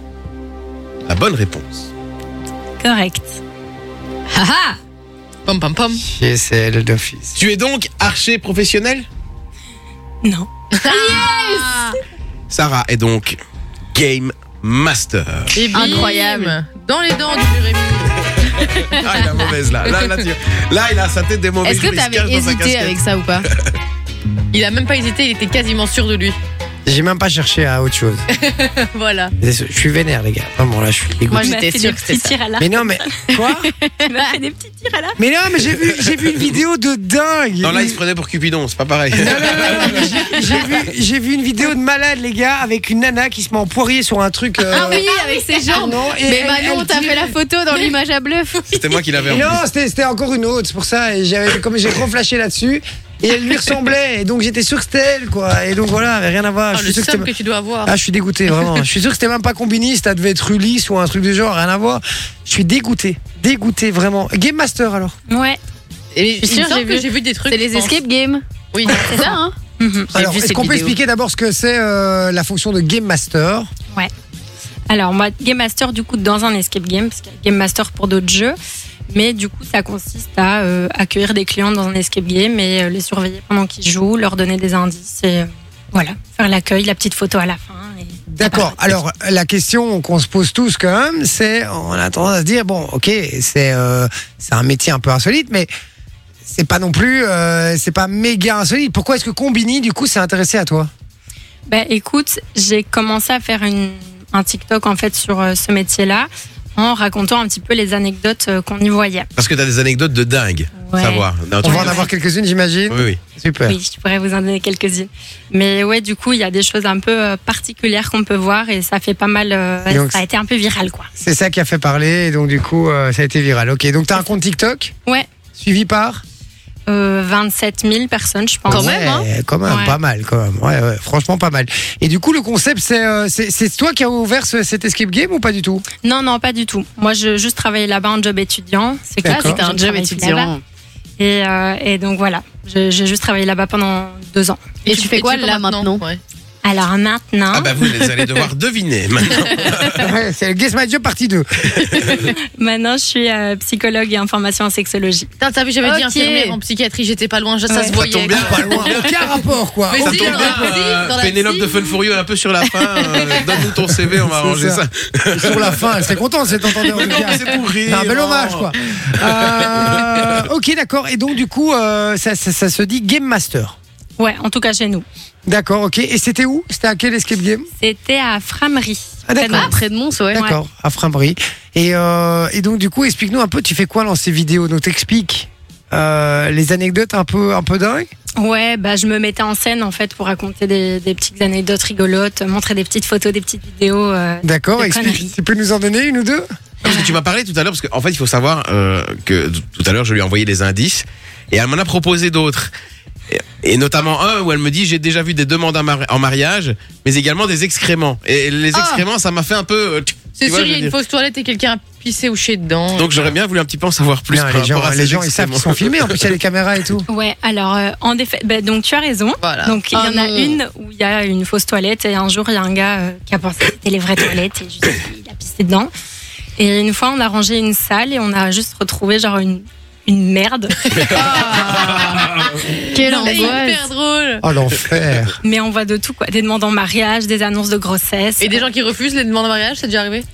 [SPEAKER 2] la bonne réponse
[SPEAKER 8] Correct.
[SPEAKER 5] Ah ah
[SPEAKER 3] Pom pom pom.
[SPEAKER 1] Chier, c'est elle d'office.
[SPEAKER 2] Tu es donc archer professionnel
[SPEAKER 8] Non.
[SPEAKER 2] Sarah est donc Game Master.
[SPEAKER 3] Et bim,
[SPEAKER 5] Incroyable.
[SPEAKER 3] Dans les dents du Jérémy.
[SPEAKER 2] Ah, il a mauvaise là. Là, là, tu- là, il a sa tête des mauvais
[SPEAKER 5] Est-ce que t'avais hésité avec ça ou pas
[SPEAKER 3] Il a même pas hésité, il était quasiment sûr de lui.
[SPEAKER 1] J'ai même pas cherché à autre chose.
[SPEAKER 3] voilà.
[SPEAKER 1] Je suis vénère, les gars. Vraiment, là, je suis dégoûté.
[SPEAKER 5] Moi,
[SPEAKER 8] Tu m'as
[SPEAKER 5] j'étais
[SPEAKER 8] fait
[SPEAKER 5] sûre
[SPEAKER 8] des
[SPEAKER 5] que c'était
[SPEAKER 8] petits
[SPEAKER 5] ça.
[SPEAKER 8] tirs à l'arc.
[SPEAKER 1] Mais non, mais quoi
[SPEAKER 8] Tu m'as fait des petits tirs à l'arc.
[SPEAKER 1] Mais non, mais j'ai vu, j'ai vu une vidéo de dingue.
[SPEAKER 2] Non, là, il se prenait pour Cupidon, c'est pas pareil.
[SPEAKER 1] J'ai vu, j'ai vu une vidéo de malade, les gars, avec une nana qui se met en poirier sur un truc. euh,
[SPEAKER 5] Ah oui, avec ses jambes.
[SPEAKER 1] Non, et
[SPEAKER 5] Mais
[SPEAKER 1] elle-
[SPEAKER 5] Manon,
[SPEAKER 1] elle
[SPEAKER 5] t'as
[SPEAKER 1] dit-
[SPEAKER 5] fait la photo dans l'image à bluff.
[SPEAKER 2] C'était moi qui l'avais en
[SPEAKER 1] Et non,
[SPEAKER 2] plus.
[SPEAKER 1] c'était c'était encore une autre, c'est pour ça. Et j'avais, comme j'ai trop flashé là-dessus, et elle lui ressemblait, et donc j'étais sûr que c'était elle, quoi. Et donc voilà, mais rien à voir.
[SPEAKER 3] Ah,
[SPEAKER 1] je
[SPEAKER 3] le
[SPEAKER 1] suis sûr que
[SPEAKER 3] seum que
[SPEAKER 1] c'était-
[SPEAKER 3] tu dois avoir.
[SPEAKER 1] Ah, je suis dégoûté, vraiment. je suis sûr que c'était même pas combiniste, ça devait être Ulysse ou un truc du genre, rien à voir. Je suis dégoûté, dégoûté, vraiment. Game Master alors
[SPEAKER 8] Ouais.
[SPEAKER 3] Et
[SPEAKER 5] suis
[SPEAKER 3] il me
[SPEAKER 5] sûre,
[SPEAKER 3] semble
[SPEAKER 5] j'ai
[SPEAKER 3] que
[SPEAKER 5] vu.
[SPEAKER 3] j'ai vu des trucs.
[SPEAKER 5] C'est les
[SPEAKER 3] je pense.
[SPEAKER 5] escape games.
[SPEAKER 3] Oui.
[SPEAKER 5] C'est ça, hein J'ai
[SPEAKER 1] Alors,
[SPEAKER 5] vu
[SPEAKER 1] est-ce
[SPEAKER 5] cette
[SPEAKER 1] qu'on peut
[SPEAKER 5] vidéo.
[SPEAKER 1] expliquer d'abord ce que c'est euh, la fonction de Game Master
[SPEAKER 8] Alors moi, Game Master, du coup, dans un escape game, parce qu'il y a Game Master pour d'autres jeux. Mais du coup, ça consiste à euh, accueillir des clients dans un escape game et euh, les surveiller pendant qu'ils jouent, leur donner des indices et euh, voilà, faire l'accueil, la petite photo à la fin. et-
[SPEAKER 1] D'accord. Alors, la question qu'on se pose tous quand même, c'est on a tendance à se dire bon, ok, c'est euh, c'est un métier un peu insolite, mais c'est pas non plus, euh, c'est pas méga insolite. Pourquoi est-ce que Combini, du coup, s'est intéressé à toi
[SPEAKER 8] Bah écoute, j'ai commencé à faire une, un TikTok en fait sur euh, ce métier-là en racontant un petit peu les anecdotes euh, qu'on y voyait.
[SPEAKER 2] Parce que t'as des anecdotes de dingue.
[SPEAKER 8] Ouais.
[SPEAKER 2] Savoir. Non,
[SPEAKER 1] On
[SPEAKER 2] tu-
[SPEAKER 1] va en avoir quelques-unes, j'imagine.
[SPEAKER 2] Oui, Bah, oui.
[SPEAKER 1] Super.
[SPEAKER 8] Oui, je pourrais vous en donner quelques-unes. Mais ouais, du coup, il y a des choses un peu euh, particulières qu'on peut voir et ça fait pas mal. euh,
[SPEAKER 1] Et donc-
[SPEAKER 8] ça a été un peu viral, quoi.
[SPEAKER 1] C'est ça qui a fait parler, et donc du coup, euh, ça a été viral. Ok, donc t'as un compte TikTok
[SPEAKER 8] Ouais.
[SPEAKER 1] Suivi par
[SPEAKER 8] Euh, 27 000 personnes, je pense.
[SPEAKER 1] Ouais, Quand même,
[SPEAKER 8] hein. Ouais.
[SPEAKER 1] pas mal, quand même. Ouais, ouais, franchement, pas mal. Et du coup, le concept, c'est euh, c'est c'est toi qui as ouvert ce- cet escape game ou pas du tout
[SPEAKER 8] Non, non, pas du tout. Moi, je juste travaillais là-bas en job étudiant. C'est classe,
[SPEAKER 5] Ah,
[SPEAKER 1] D'accord.
[SPEAKER 8] Ah, c'était un job étudiant.
[SPEAKER 5] Là-bas.
[SPEAKER 8] Et, euh, et donc voilà, Je- j'ai juste travaillé là-bas pendant deux ans.
[SPEAKER 5] Et tu fais quoi là maintenant
[SPEAKER 3] Ouais.
[SPEAKER 8] Alors maintenant,
[SPEAKER 2] Ah bah vous les allez devoir deviner maintenant.
[SPEAKER 1] Ouais, C'est le Guess My Job partie 2.
[SPEAKER 8] maintenant je suis euh, psychologue et en formation en sexologie.
[SPEAKER 3] Putain, t'as vu, j'avais dit
[SPEAKER 5] Ok.
[SPEAKER 3] infirmière en psychiatrie, j'étais pas loin, ça
[SPEAKER 5] Ouais.
[SPEAKER 3] se
[SPEAKER 5] Ça
[SPEAKER 3] voyait.
[SPEAKER 2] tombe bien.
[SPEAKER 1] Pas loin. Aucun rapport, quoi.
[SPEAKER 3] Mais
[SPEAKER 2] Ça
[SPEAKER 3] si,
[SPEAKER 2] tombe
[SPEAKER 3] dans
[SPEAKER 2] bien,
[SPEAKER 3] la psy,
[SPEAKER 2] euh,
[SPEAKER 3] dans la
[SPEAKER 2] Pénélope
[SPEAKER 3] psy.
[SPEAKER 2] de Fun Furieux un peu sur la fin. euh, Donne-nous ton CV, on va
[SPEAKER 1] C'est
[SPEAKER 2] arranger
[SPEAKER 1] ça.
[SPEAKER 2] ça.
[SPEAKER 1] Sur la fin, elle serait contente, cette entendeur.
[SPEAKER 2] Mais non, mais c'est pour rire.
[SPEAKER 1] un bel hommage, quoi. Euh, ok, d'accord. Et donc, du coup, euh, ça, ça- ça se dit Game Master.
[SPEAKER 8] Ouais, en tout cas chez nous.
[SPEAKER 1] D'accord, ok. Et c'était où C'était à quel escape game
[SPEAKER 8] C'était à Framery.
[SPEAKER 1] Ah, d'accord.
[SPEAKER 5] Ah, près de Mons, ouais.
[SPEAKER 1] D'accord, à Frimbry. Et, euh, et donc, du coup, explique-nous un peu, tu fais quoi dans ces vidéos Donc, t'expliques euh, les anecdotes un peu, un peu dingues
[SPEAKER 8] Ouais, bah je me mettais en scène en fait pour raconter des, des petites anecdotes rigolotes, montrer des petites photos, des petites vidéos. euh.
[SPEAKER 1] D'accord,
[SPEAKER 8] Des
[SPEAKER 1] explique.
[SPEAKER 8] conneries.
[SPEAKER 1] Tu peux nous en donner une ou deux
[SPEAKER 2] Parce que tu m'as parlé tout à l'heure, parce qu'en fait, il faut savoir euh, que t- tout à l'heure, je lui ai envoyé des indices et elle m'en a proposé d'autres. Et- Et notamment un où elle me dit j'ai déjà vu des demandes en mari- en mariage, mais également des excréments. Et les
[SPEAKER 3] Ah
[SPEAKER 2] excréments, ça m'a fait un peu. euh, tch-
[SPEAKER 3] C'est
[SPEAKER 2] tu vois,
[SPEAKER 3] sûr,
[SPEAKER 2] je
[SPEAKER 3] il y
[SPEAKER 2] veux
[SPEAKER 3] a une
[SPEAKER 2] dire.
[SPEAKER 3] fausse toilette et quelqu'un a pissé ou chié dedans.
[SPEAKER 2] Donc j'aurais bien voulu un petit peu en savoir plus.
[SPEAKER 1] Non,
[SPEAKER 2] par
[SPEAKER 1] Les
[SPEAKER 2] rapport
[SPEAKER 1] gens,
[SPEAKER 2] à
[SPEAKER 1] les
[SPEAKER 2] ces
[SPEAKER 1] gens ils savent
[SPEAKER 2] excréments.
[SPEAKER 1] qu'ils sont filmés. En plus, il y a les caméras et tout.
[SPEAKER 8] Ouais, alors euh, en défait, bah, donc tu as raison.
[SPEAKER 3] Voilà.
[SPEAKER 8] Donc il y
[SPEAKER 5] Ah
[SPEAKER 8] en a
[SPEAKER 5] non.
[SPEAKER 8] une où il y a une fausse toilette et un jour il y a un gars euh, qui a pensé que c'était les vraies toilettes et juste, il a pissé dedans. Et une fois on a rangé une salle et on a juste retrouvé genre une, une merde.
[SPEAKER 5] Quelle
[SPEAKER 3] Non, mais hyper
[SPEAKER 5] angoisse.
[SPEAKER 3] drôle.
[SPEAKER 1] Oh, l'enfer
[SPEAKER 8] Mais on voit de tout quoi, des demandes en mariage, des annonces de grossesse.
[SPEAKER 3] Et des gens qui refusent les demandes en mariage, c'est déjà arrivé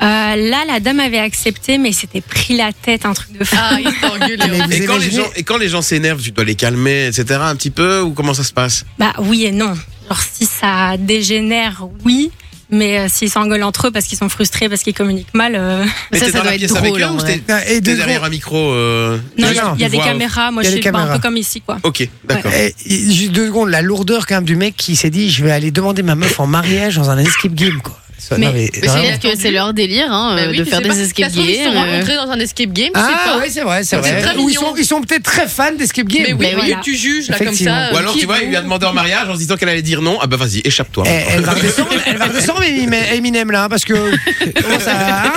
[SPEAKER 8] Euh, là, la dame avait accepté, mais c'était pris la tête, un truc de fou.
[SPEAKER 3] Ah, il s'engueule.
[SPEAKER 5] hein.
[SPEAKER 1] Mais vous
[SPEAKER 2] Et quand, les
[SPEAKER 1] imaginez-
[SPEAKER 2] gens, et quand les gens s'énervent, tu dois les calmer, etc. un petit peu Ou comment ça se passe
[SPEAKER 8] Bah oui et non. Genre si ça dégénère, oui. Mais euh, s'ils s'engueulent entre eux parce qu'ils sont frustrés, parce qu'ils communiquent mal. euh,
[SPEAKER 2] Mais
[SPEAKER 3] ça,
[SPEAKER 2] t'es
[SPEAKER 3] ça
[SPEAKER 2] dans
[SPEAKER 3] doit
[SPEAKER 2] la
[SPEAKER 3] être
[SPEAKER 2] pièce avec
[SPEAKER 3] drôle,
[SPEAKER 2] eux
[SPEAKER 3] en
[SPEAKER 2] ou
[SPEAKER 3] vrai.
[SPEAKER 2] t'es-
[SPEAKER 1] Ah, et
[SPEAKER 2] t'es
[SPEAKER 1] de
[SPEAKER 2] derrière
[SPEAKER 1] gros-
[SPEAKER 2] un micro euh,
[SPEAKER 8] Non,
[SPEAKER 2] juste
[SPEAKER 8] il y a- il y a
[SPEAKER 2] une
[SPEAKER 8] des
[SPEAKER 2] voix off.
[SPEAKER 8] caméras. Moi,
[SPEAKER 1] Il y a
[SPEAKER 8] je
[SPEAKER 1] des
[SPEAKER 8] suis pas un
[SPEAKER 1] caméras.
[SPEAKER 8] peu comme ici, quoi.
[SPEAKER 2] Ok, d'accord.
[SPEAKER 1] Eh, juste deux secondes, la lourdeur quand même du mec qui s'est dit je vais aller demander ma meuf en mariage dans un escape game quoi. Ça-
[SPEAKER 8] Mais-
[SPEAKER 3] Mais c'est
[SPEAKER 1] vraiment.
[SPEAKER 3] bien.
[SPEAKER 5] Peut-être que c'est leur délire hein,
[SPEAKER 3] Bah
[SPEAKER 5] euh,
[SPEAKER 3] oui,
[SPEAKER 5] de
[SPEAKER 3] tu
[SPEAKER 5] faire
[SPEAKER 3] sais pas.
[SPEAKER 5] des escape
[SPEAKER 3] Ça se trouve, Ils sont
[SPEAKER 5] games. euh.
[SPEAKER 3] rencontrés dans un escape game, tu sais
[SPEAKER 1] ah
[SPEAKER 3] pas.
[SPEAKER 1] oui c'est vrai c'est
[SPEAKER 3] C'est
[SPEAKER 1] vrai.
[SPEAKER 3] très
[SPEAKER 1] Ou ils
[SPEAKER 3] mignon.
[SPEAKER 1] sont ils sont peut-être très fans d'escape game.
[SPEAKER 3] Mais oui,
[SPEAKER 8] Mais
[SPEAKER 3] oui,
[SPEAKER 8] voilà.
[SPEAKER 3] tu juges là comme
[SPEAKER 1] Effectivement.
[SPEAKER 3] ça. euh,
[SPEAKER 2] Ou alors,
[SPEAKER 3] qui
[SPEAKER 2] tu vois,
[SPEAKER 3] est
[SPEAKER 2] il lui a
[SPEAKER 3] où
[SPEAKER 2] demandé en mariage en se disant qu'elle allait dire non. Ah bah vas-y, échappe-toi.
[SPEAKER 1] Eh, Elle, va redescendre, elle va redescendre Eminem, Eminem, là, hein, parce que. Comment ça va, hein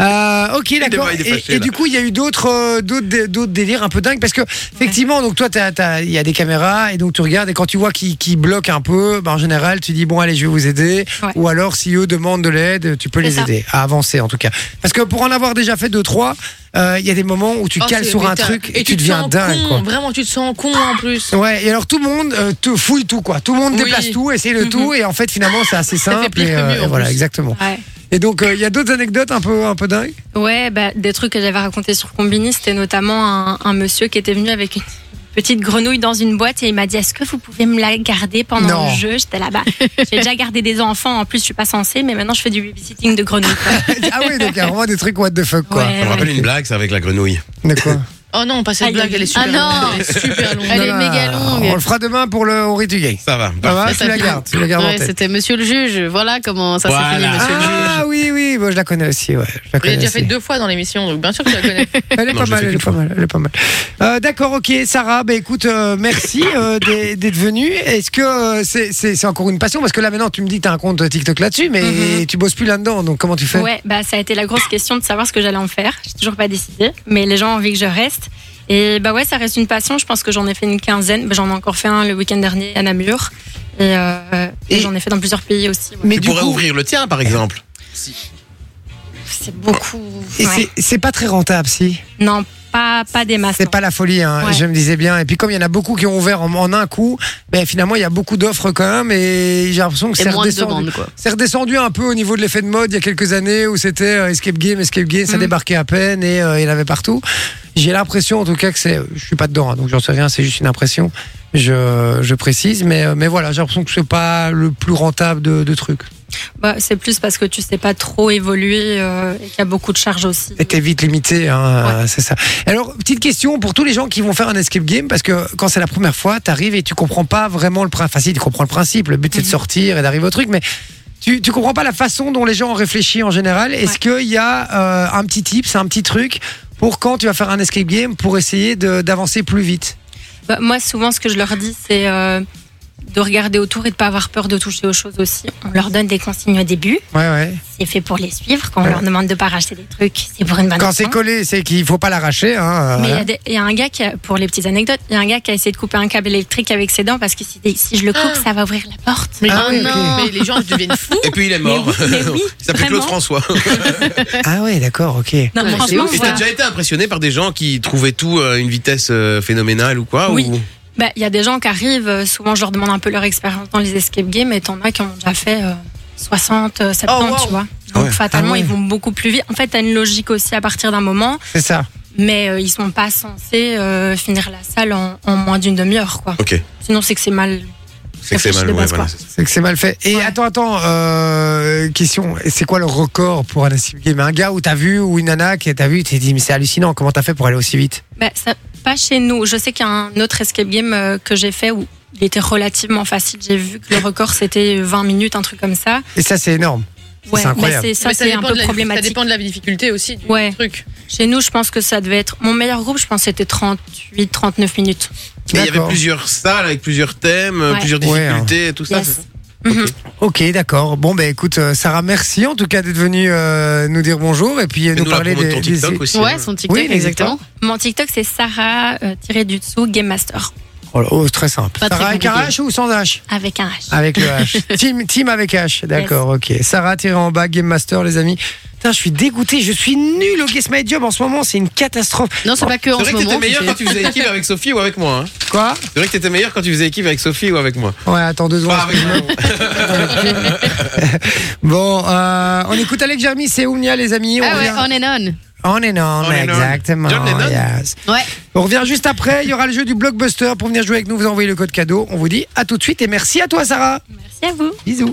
[SPEAKER 1] Euh, ok, d'accord.
[SPEAKER 2] devrait- il est
[SPEAKER 1] Et,
[SPEAKER 2] fâché,
[SPEAKER 1] et
[SPEAKER 2] là.
[SPEAKER 1] du coup, il y a eu d'autres, euh, d'autres, dé- d'autres délires un peu dingues parce que effectivement, donc toi, t'as- t'as- il y a des caméras et donc tu regardes et quand tu vois qu'ils qui bloquent un peu, bah, en général, tu dis bon allez, je vais vous aider.
[SPEAKER 8] Ouais.
[SPEAKER 1] Ou alors, si eux demandent de l'aide, tu peux
[SPEAKER 8] C'est
[SPEAKER 1] les
[SPEAKER 8] ça.
[SPEAKER 1] aider à avancer en tout cas. Parce que pour en avoir déjà fait deux trois, euh, il y a des moments où tu
[SPEAKER 3] Oh,
[SPEAKER 1] cales
[SPEAKER 3] c'est-
[SPEAKER 1] sur
[SPEAKER 3] mais
[SPEAKER 1] un
[SPEAKER 3] t'as-
[SPEAKER 1] truc et, tu,
[SPEAKER 3] te
[SPEAKER 1] deviens
[SPEAKER 3] sens
[SPEAKER 1] dingue.
[SPEAKER 3] con,
[SPEAKER 1] quoi.
[SPEAKER 3] Vraiment, tu te sens con en plus.
[SPEAKER 1] Ouais, et alors tout le monde euh, te fouille tout, quoi. Tout le monde
[SPEAKER 3] Oui.
[SPEAKER 1] déplace tout, essaye le
[SPEAKER 3] Mhm.
[SPEAKER 1] tout, et en fait, finalement, c'est assez
[SPEAKER 3] Ça
[SPEAKER 1] simple.
[SPEAKER 3] fait pire
[SPEAKER 1] et, euh,
[SPEAKER 3] que mieux,
[SPEAKER 1] et
[SPEAKER 3] en
[SPEAKER 1] voilà,
[SPEAKER 3] plus.
[SPEAKER 1] exactement.
[SPEAKER 8] Ouais.
[SPEAKER 1] Et donc, euh, il y a d'autres anecdotes un peu, un peu dingues.
[SPEAKER 8] Ouais, bah, des trucs que j'avais racontés sur Combini, c'était notamment un, un monsieur qui était venu avec une petite grenouille dans une boîte et il m'a dit Est-ce que vous pouvez me la garder pendant
[SPEAKER 1] Non.
[SPEAKER 8] le jeu J'étais là-bas. J'ai déjà gardé des enfants, en plus, je suis pas censée, mais maintenant je fais du babysitting de grenouilles. quoi.
[SPEAKER 1] ah oui, donc il y a vraiment des trucs what the fuck, quoi.
[SPEAKER 8] Ouais.
[SPEAKER 2] Ça me rappelle une blague, ça, avec la grenouille.
[SPEAKER 1] De quoi
[SPEAKER 3] Oh non, pas cette
[SPEAKER 8] Aïe,
[SPEAKER 3] blague, elle est super
[SPEAKER 5] Ah non.
[SPEAKER 3] longue. Elle est super longue.
[SPEAKER 5] Elle est
[SPEAKER 1] Non,
[SPEAKER 5] méga
[SPEAKER 1] non,
[SPEAKER 5] longue.
[SPEAKER 1] On le fera demain pour le Henri du Gay.
[SPEAKER 2] Ça va.
[SPEAKER 1] Ça va
[SPEAKER 5] Ça,
[SPEAKER 1] Tu
[SPEAKER 5] ça
[SPEAKER 1] la
[SPEAKER 5] fait-
[SPEAKER 1] gardes, tu la gardes en
[SPEAKER 5] Ouais,
[SPEAKER 1] tête.
[SPEAKER 5] c'était Monsieur le juge. Voilà comment ça
[SPEAKER 2] Voilà.
[SPEAKER 5] s'est fini, Monsieur le juge.
[SPEAKER 1] Ah oui, oui, bon, je la connais aussi, ouais. Je la
[SPEAKER 3] Je l'ai
[SPEAKER 1] connais
[SPEAKER 3] déjà
[SPEAKER 1] aussi.
[SPEAKER 3] fait deux fois dans l'émission, donc bien sûr que je la connais.
[SPEAKER 1] Elle est
[SPEAKER 2] Non,
[SPEAKER 1] pas mal,
[SPEAKER 2] je l'ai fait
[SPEAKER 1] elle est
[SPEAKER 2] qu'une
[SPEAKER 1] pas mal, elle est pas mal. Euh, D'accord, ok, Sarah, bah, écoute, euh, merci euh, d'être d'être venue. Est-ce que euh, c'est c'est- c'est encore une passion Parce que là maintenant, tu me dis que tu as un compte TikTok là-dessus, mais tu bosses plus là-dedans, donc comment tu fais
[SPEAKER 8] ouais, bah, ça a été la grosse question de savoir ce que j'allais en faire. J'ai toujours pas décidé, mais les gens ont envie que je reste. Et bah ouais, ça reste une passion. Je pense que j'en ai fait une quinzaine. Bah, J'en ai encore fait un le week-end dernier à Namur. Et, euh, et
[SPEAKER 1] Et-
[SPEAKER 8] j'en ai fait dans plusieurs pays aussi. ouais.
[SPEAKER 1] Mais
[SPEAKER 2] Tu
[SPEAKER 1] du
[SPEAKER 2] pourrais
[SPEAKER 1] coup,
[SPEAKER 2] ouvrir le tien, par exemple.
[SPEAKER 8] C'est beaucoup.
[SPEAKER 1] et
[SPEAKER 8] ouais.
[SPEAKER 1] c'est- c'est pas très rentable, si.
[SPEAKER 8] Non, pas, pas des masses.
[SPEAKER 1] C'est pas la folie, hein,
[SPEAKER 8] Ouais.
[SPEAKER 1] je me disais bien. Et puis comme il y en a beaucoup qui ont ouvert en, en un coup, ben, finalement, il y a beaucoup d'offres quand même, et j'ai l'impression que
[SPEAKER 5] Et
[SPEAKER 1] Ah, c'est
[SPEAKER 5] moins de
[SPEAKER 1] redescendu.
[SPEAKER 5] demandes, quoi.
[SPEAKER 1] C'est redescendu un peu au niveau de l'effet de mode il y a quelques années où c'était euh, escape game, escape game, ça
[SPEAKER 8] Mhm.
[SPEAKER 1] débarquait à peine et euh, il y en avait partout. J'ai l'impression en tout cas que c'est, je suis pas dedans, hein, donc j'en sais rien, c'est juste une impression. Je, je précise, mais euh, mais voilà, j'ai l'impression que c'est pas le plus rentable de, de trucs.
[SPEAKER 8] Bah, c'est plus parce que tu sais pas trop évoluer euh, et qu'il y a beaucoup de charges aussi.
[SPEAKER 1] Et t'es vite limité, hein, c'est ça. Alors petite question pour tous les gens qui vont faire un escape game parce que quand c'est la première fois, t'arrives et tu comprends pas vraiment le principe. Enfin, si, tu comprends le principe, le but c'est de sortir et d'arriver au truc, mais Tu, tu comprends pas la façon dont les gens ont réfléchi en général. Est-ce qu'il y a euh, un petit tip, c'est un petit truc pour quand tu vas faire un escape game pour essayer de- d'avancer plus vite
[SPEAKER 8] Bah, moi, souvent, ce que je leur dis, c'est euh, de regarder autour et de pas avoir peur de toucher aux choses aussi. On leur donne des consignes au début.
[SPEAKER 1] Ouais, ouais.
[SPEAKER 8] C'est fait pour les suivre. Quand on leur demande de pas racheter des trucs, c'est pour une bonne
[SPEAKER 1] Quand
[SPEAKER 8] raison.
[SPEAKER 1] c'est collé, c'est qu'il faut pas l'arracher. Hein,
[SPEAKER 8] Mais il y
[SPEAKER 1] voilà.
[SPEAKER 8] a des- il y, a un gars qui, a- pour les petites anecdotes, il y a un gars qui a essayé de couper un câble électrique avec ses dents parce qu'il s'est dit si je le coupe,
[SPEAKER 2] Ah.
[SPEAKER 8] ça va ouvrir la porte.
[SPEAKER 3] Mais,
[SPEAKER 1] Ah
[SPEAKER 3] oh
[SPEAKER 1] oui, ok.
[SPEAKER 3] non, mais les gens deviennent fous.
[SPEAKER 2] Et puis il est mort.
[SPEAKER 8] oui, mais oui,
[SPEAKER 2] il s'appelle Claude
[SPEAKER 8] vraiment.
[SPEAKER 2] François.
[SPEAKER 1] Ah ouais, d'accord, ok.
[SPEAKER 8] Non,
[SPEAKER 3] Ouais,
[SPEAKER 8] franchement,
[SPEAKER 3] c'est
[SPEAKER 2] Et
[SPEAKER 8] voilà.
[SPEAKER 2] t'as déjà été impressionné par des gens qui trouvaient tout à une vitesse euh, phénoménale ou quoi
[SPEAKER 8] Oui.
[SPEAKER 2] ou-
[SPEAKER 8] Bah, il y a des gens qui arrivent, euh, souvent je leur demande un peu leur expérience dans les escape games, et t'en as qui en ont déjà fait euh, 60, euh, 70,
[SPEAKER 3] Oh, wow.
[SPEAKER 8] tu vois. Donc
[SPEAKER 2] Ouais.
[SPEAKER 8] fatalement,
[SPEAKER 1] Ah ouais.
[SPEAKER 8] ils vont beaucoup plus vite. En fait, t'as une logique aussi à partir d'un moment,
[SPEAKER 1] C'est ça.
[SPEAKER 8] mais euh, ils sont pas censés euh, finir la salle en, en moins d'une demi-heure, quoi.
[SPEAKER 2] Ok.
[SPEAKER 8] Sinon, c'est que c'est mal.
[SPEAKER 2] C'est que c'est
[SPEAKER 8] Réfléchis
[SPEAKER 2] mal.
[SPEAKER 8] de
[SPEAKER 2] ouais,
[SPEAKER 8] base,
[SPEAKER 2] voilà,
[SPEAKER 8] quoi.
[SPEAKER 2] c'est ça.
[SPEAKER 1] C'est que c'est mal fait. Et
[SPEAKER 8] Ouais.
[SPEAKER 1] attends, attends, euh, question. C'est quoi le record pour un escape game Un gars où t'as vu ou une nana qui t'a vu, t'es dit mais c'est hallucinant. Comment t'as fait pour aller aussi vite
[SPEAKER 8] Bah, ça, pas chez nous. Je sais qu'il y a un autre escape game euh, que j'ai fait où il était relativement facile. J'ai vu que le record c'était 20 minutes, un truc comme ça.
[SPEAKER 1] Et ça, c'est énorme. Ça, c'est
[SPEAKER 8] mais
[SPEAKER 1] incroyable.
[SPEAKER 8] c'est- ça
[SPEAKER 3] Mais
[SPEAKER 8] c'est un
[SPEAKER 3] dépend
[SPEAKER 8] peu
[SPEAKER 3] de la- Ça
[SPEAKER 8] problématique.
[SPEAKER 3] dépend de la difficulté aussi du
[SPEAKER 8] Ouais.
[SPEAKER 3] truc.
[SPEAKER 8] Chez nous, je pense que ça devait être. Mon meilleur groupe, je pense, c'était 38, 39 minutes.
[SPEAKER 2] Mais il y avait
[SPEAKER 1] D'accord.
[SPEAKER 2] plusieurs salles avec plusieurs thèmes, euh,
[SPEAKER 8] Ouais.
[SPEAKER 2] plusieurs
[SPEAKER 1] Ouais, hein.
[SPEAKER 2] difficultés, et tout ça.
[SPEAKER 8] Yes.
[SPEAKER 2] c'est ça
[SPEAKER 1] Ok, d'accord. Bon, ben écoute, euh, Sarah, merci en tout cas d'être venue euh, nous dire bonjour et puis euh,
[SPEAKER 2] Et
[SPEAKER 1] nous,
[SPEAKER 2] nous, la
[SPEAKER 1] parler
[SPEAKER 2] promo de
[SPEAKER 1] des,
[SPEAKER 2] ton
[SPEAKER 1] des-
[SPEAKER 2] TikTok aussi.
[SPEAKER 5] Ouais,
[SPEAKER 2] hein.
[SPEAKER 5] son TikTok,
[SPEAKER 1] Oui, n'hésite
[SPEAKER 5] exactement.
[SPEAKER 8] Mon TikTok, c'est Sarah euh, tiré du dessous Game Master.
[SPEAKER 1] Oh, là, oh, c'est très simple.
[SPEAKER 5] Pas très
[SPEAKER 1] Sarah avec un H
[SPEAKER 5] compliqué.
[SPEAKER 1] ou sans H
[SPEAKER 8] Avec un H.
[SPEAKER 1] Avec le H. team, team avec H. D'accord, ok. Sarah tiré en bas, Game Master, les amis. Putain, je suis dégoûté, je suis nul au Guess My Job en ce moment, c'est une catastrophe.
[SPEAKER 5] Non, c'est pas que en
[SPEAKER 2] C'est
[SPEAKER 5] ce
[SPEAKER 2] vrai que t'étais
[SPEAKER 5] moment.
[SPEAKER 2] meilleur
[SPEAKER 5] tu
[SPEAKER 2] quand
[SPEAKER 5] sais.
[SPEAKER 2] tu faisais équipe avec Sophie ou avec moi. hein.
[SPEAKER 1] Quoi
[SPEAKER 2] C'est vrai que t'étais meilleur quand tu faisais équipe avec Sophie ou avec moi.
[SPEAKER 1] Ouais, attends deux secondes.
[SPEAKER 2] Pas avec moi.
[SPEAKER 1] Bon, euh, on écoute Alex Jeremy, c'est Oumnia, les amis. On
[SPEAKER 5] Ah ouais,
[SPEAKER 1] revient-
[SPEAKER 5] on and on.
[SPEAKER 1] On est non,
[SPEAKER 2] On est non.
[SPEAKER 1] exactement.
[SPEAKER 2] John Lennon
[SPEAKER 1] yes.
[SPEAKER 5] Ouais.
[SPEAKER 1] On revient juste après, il y aura le jeu du blockbuster. Pour venir jouer avec nous, vous envoyez le code cadeau. On vous dit à tout de suite et merci à toi Sarah.
[SPEAKER 8] Merci à vous.
[SPEAKER 1] Bisous.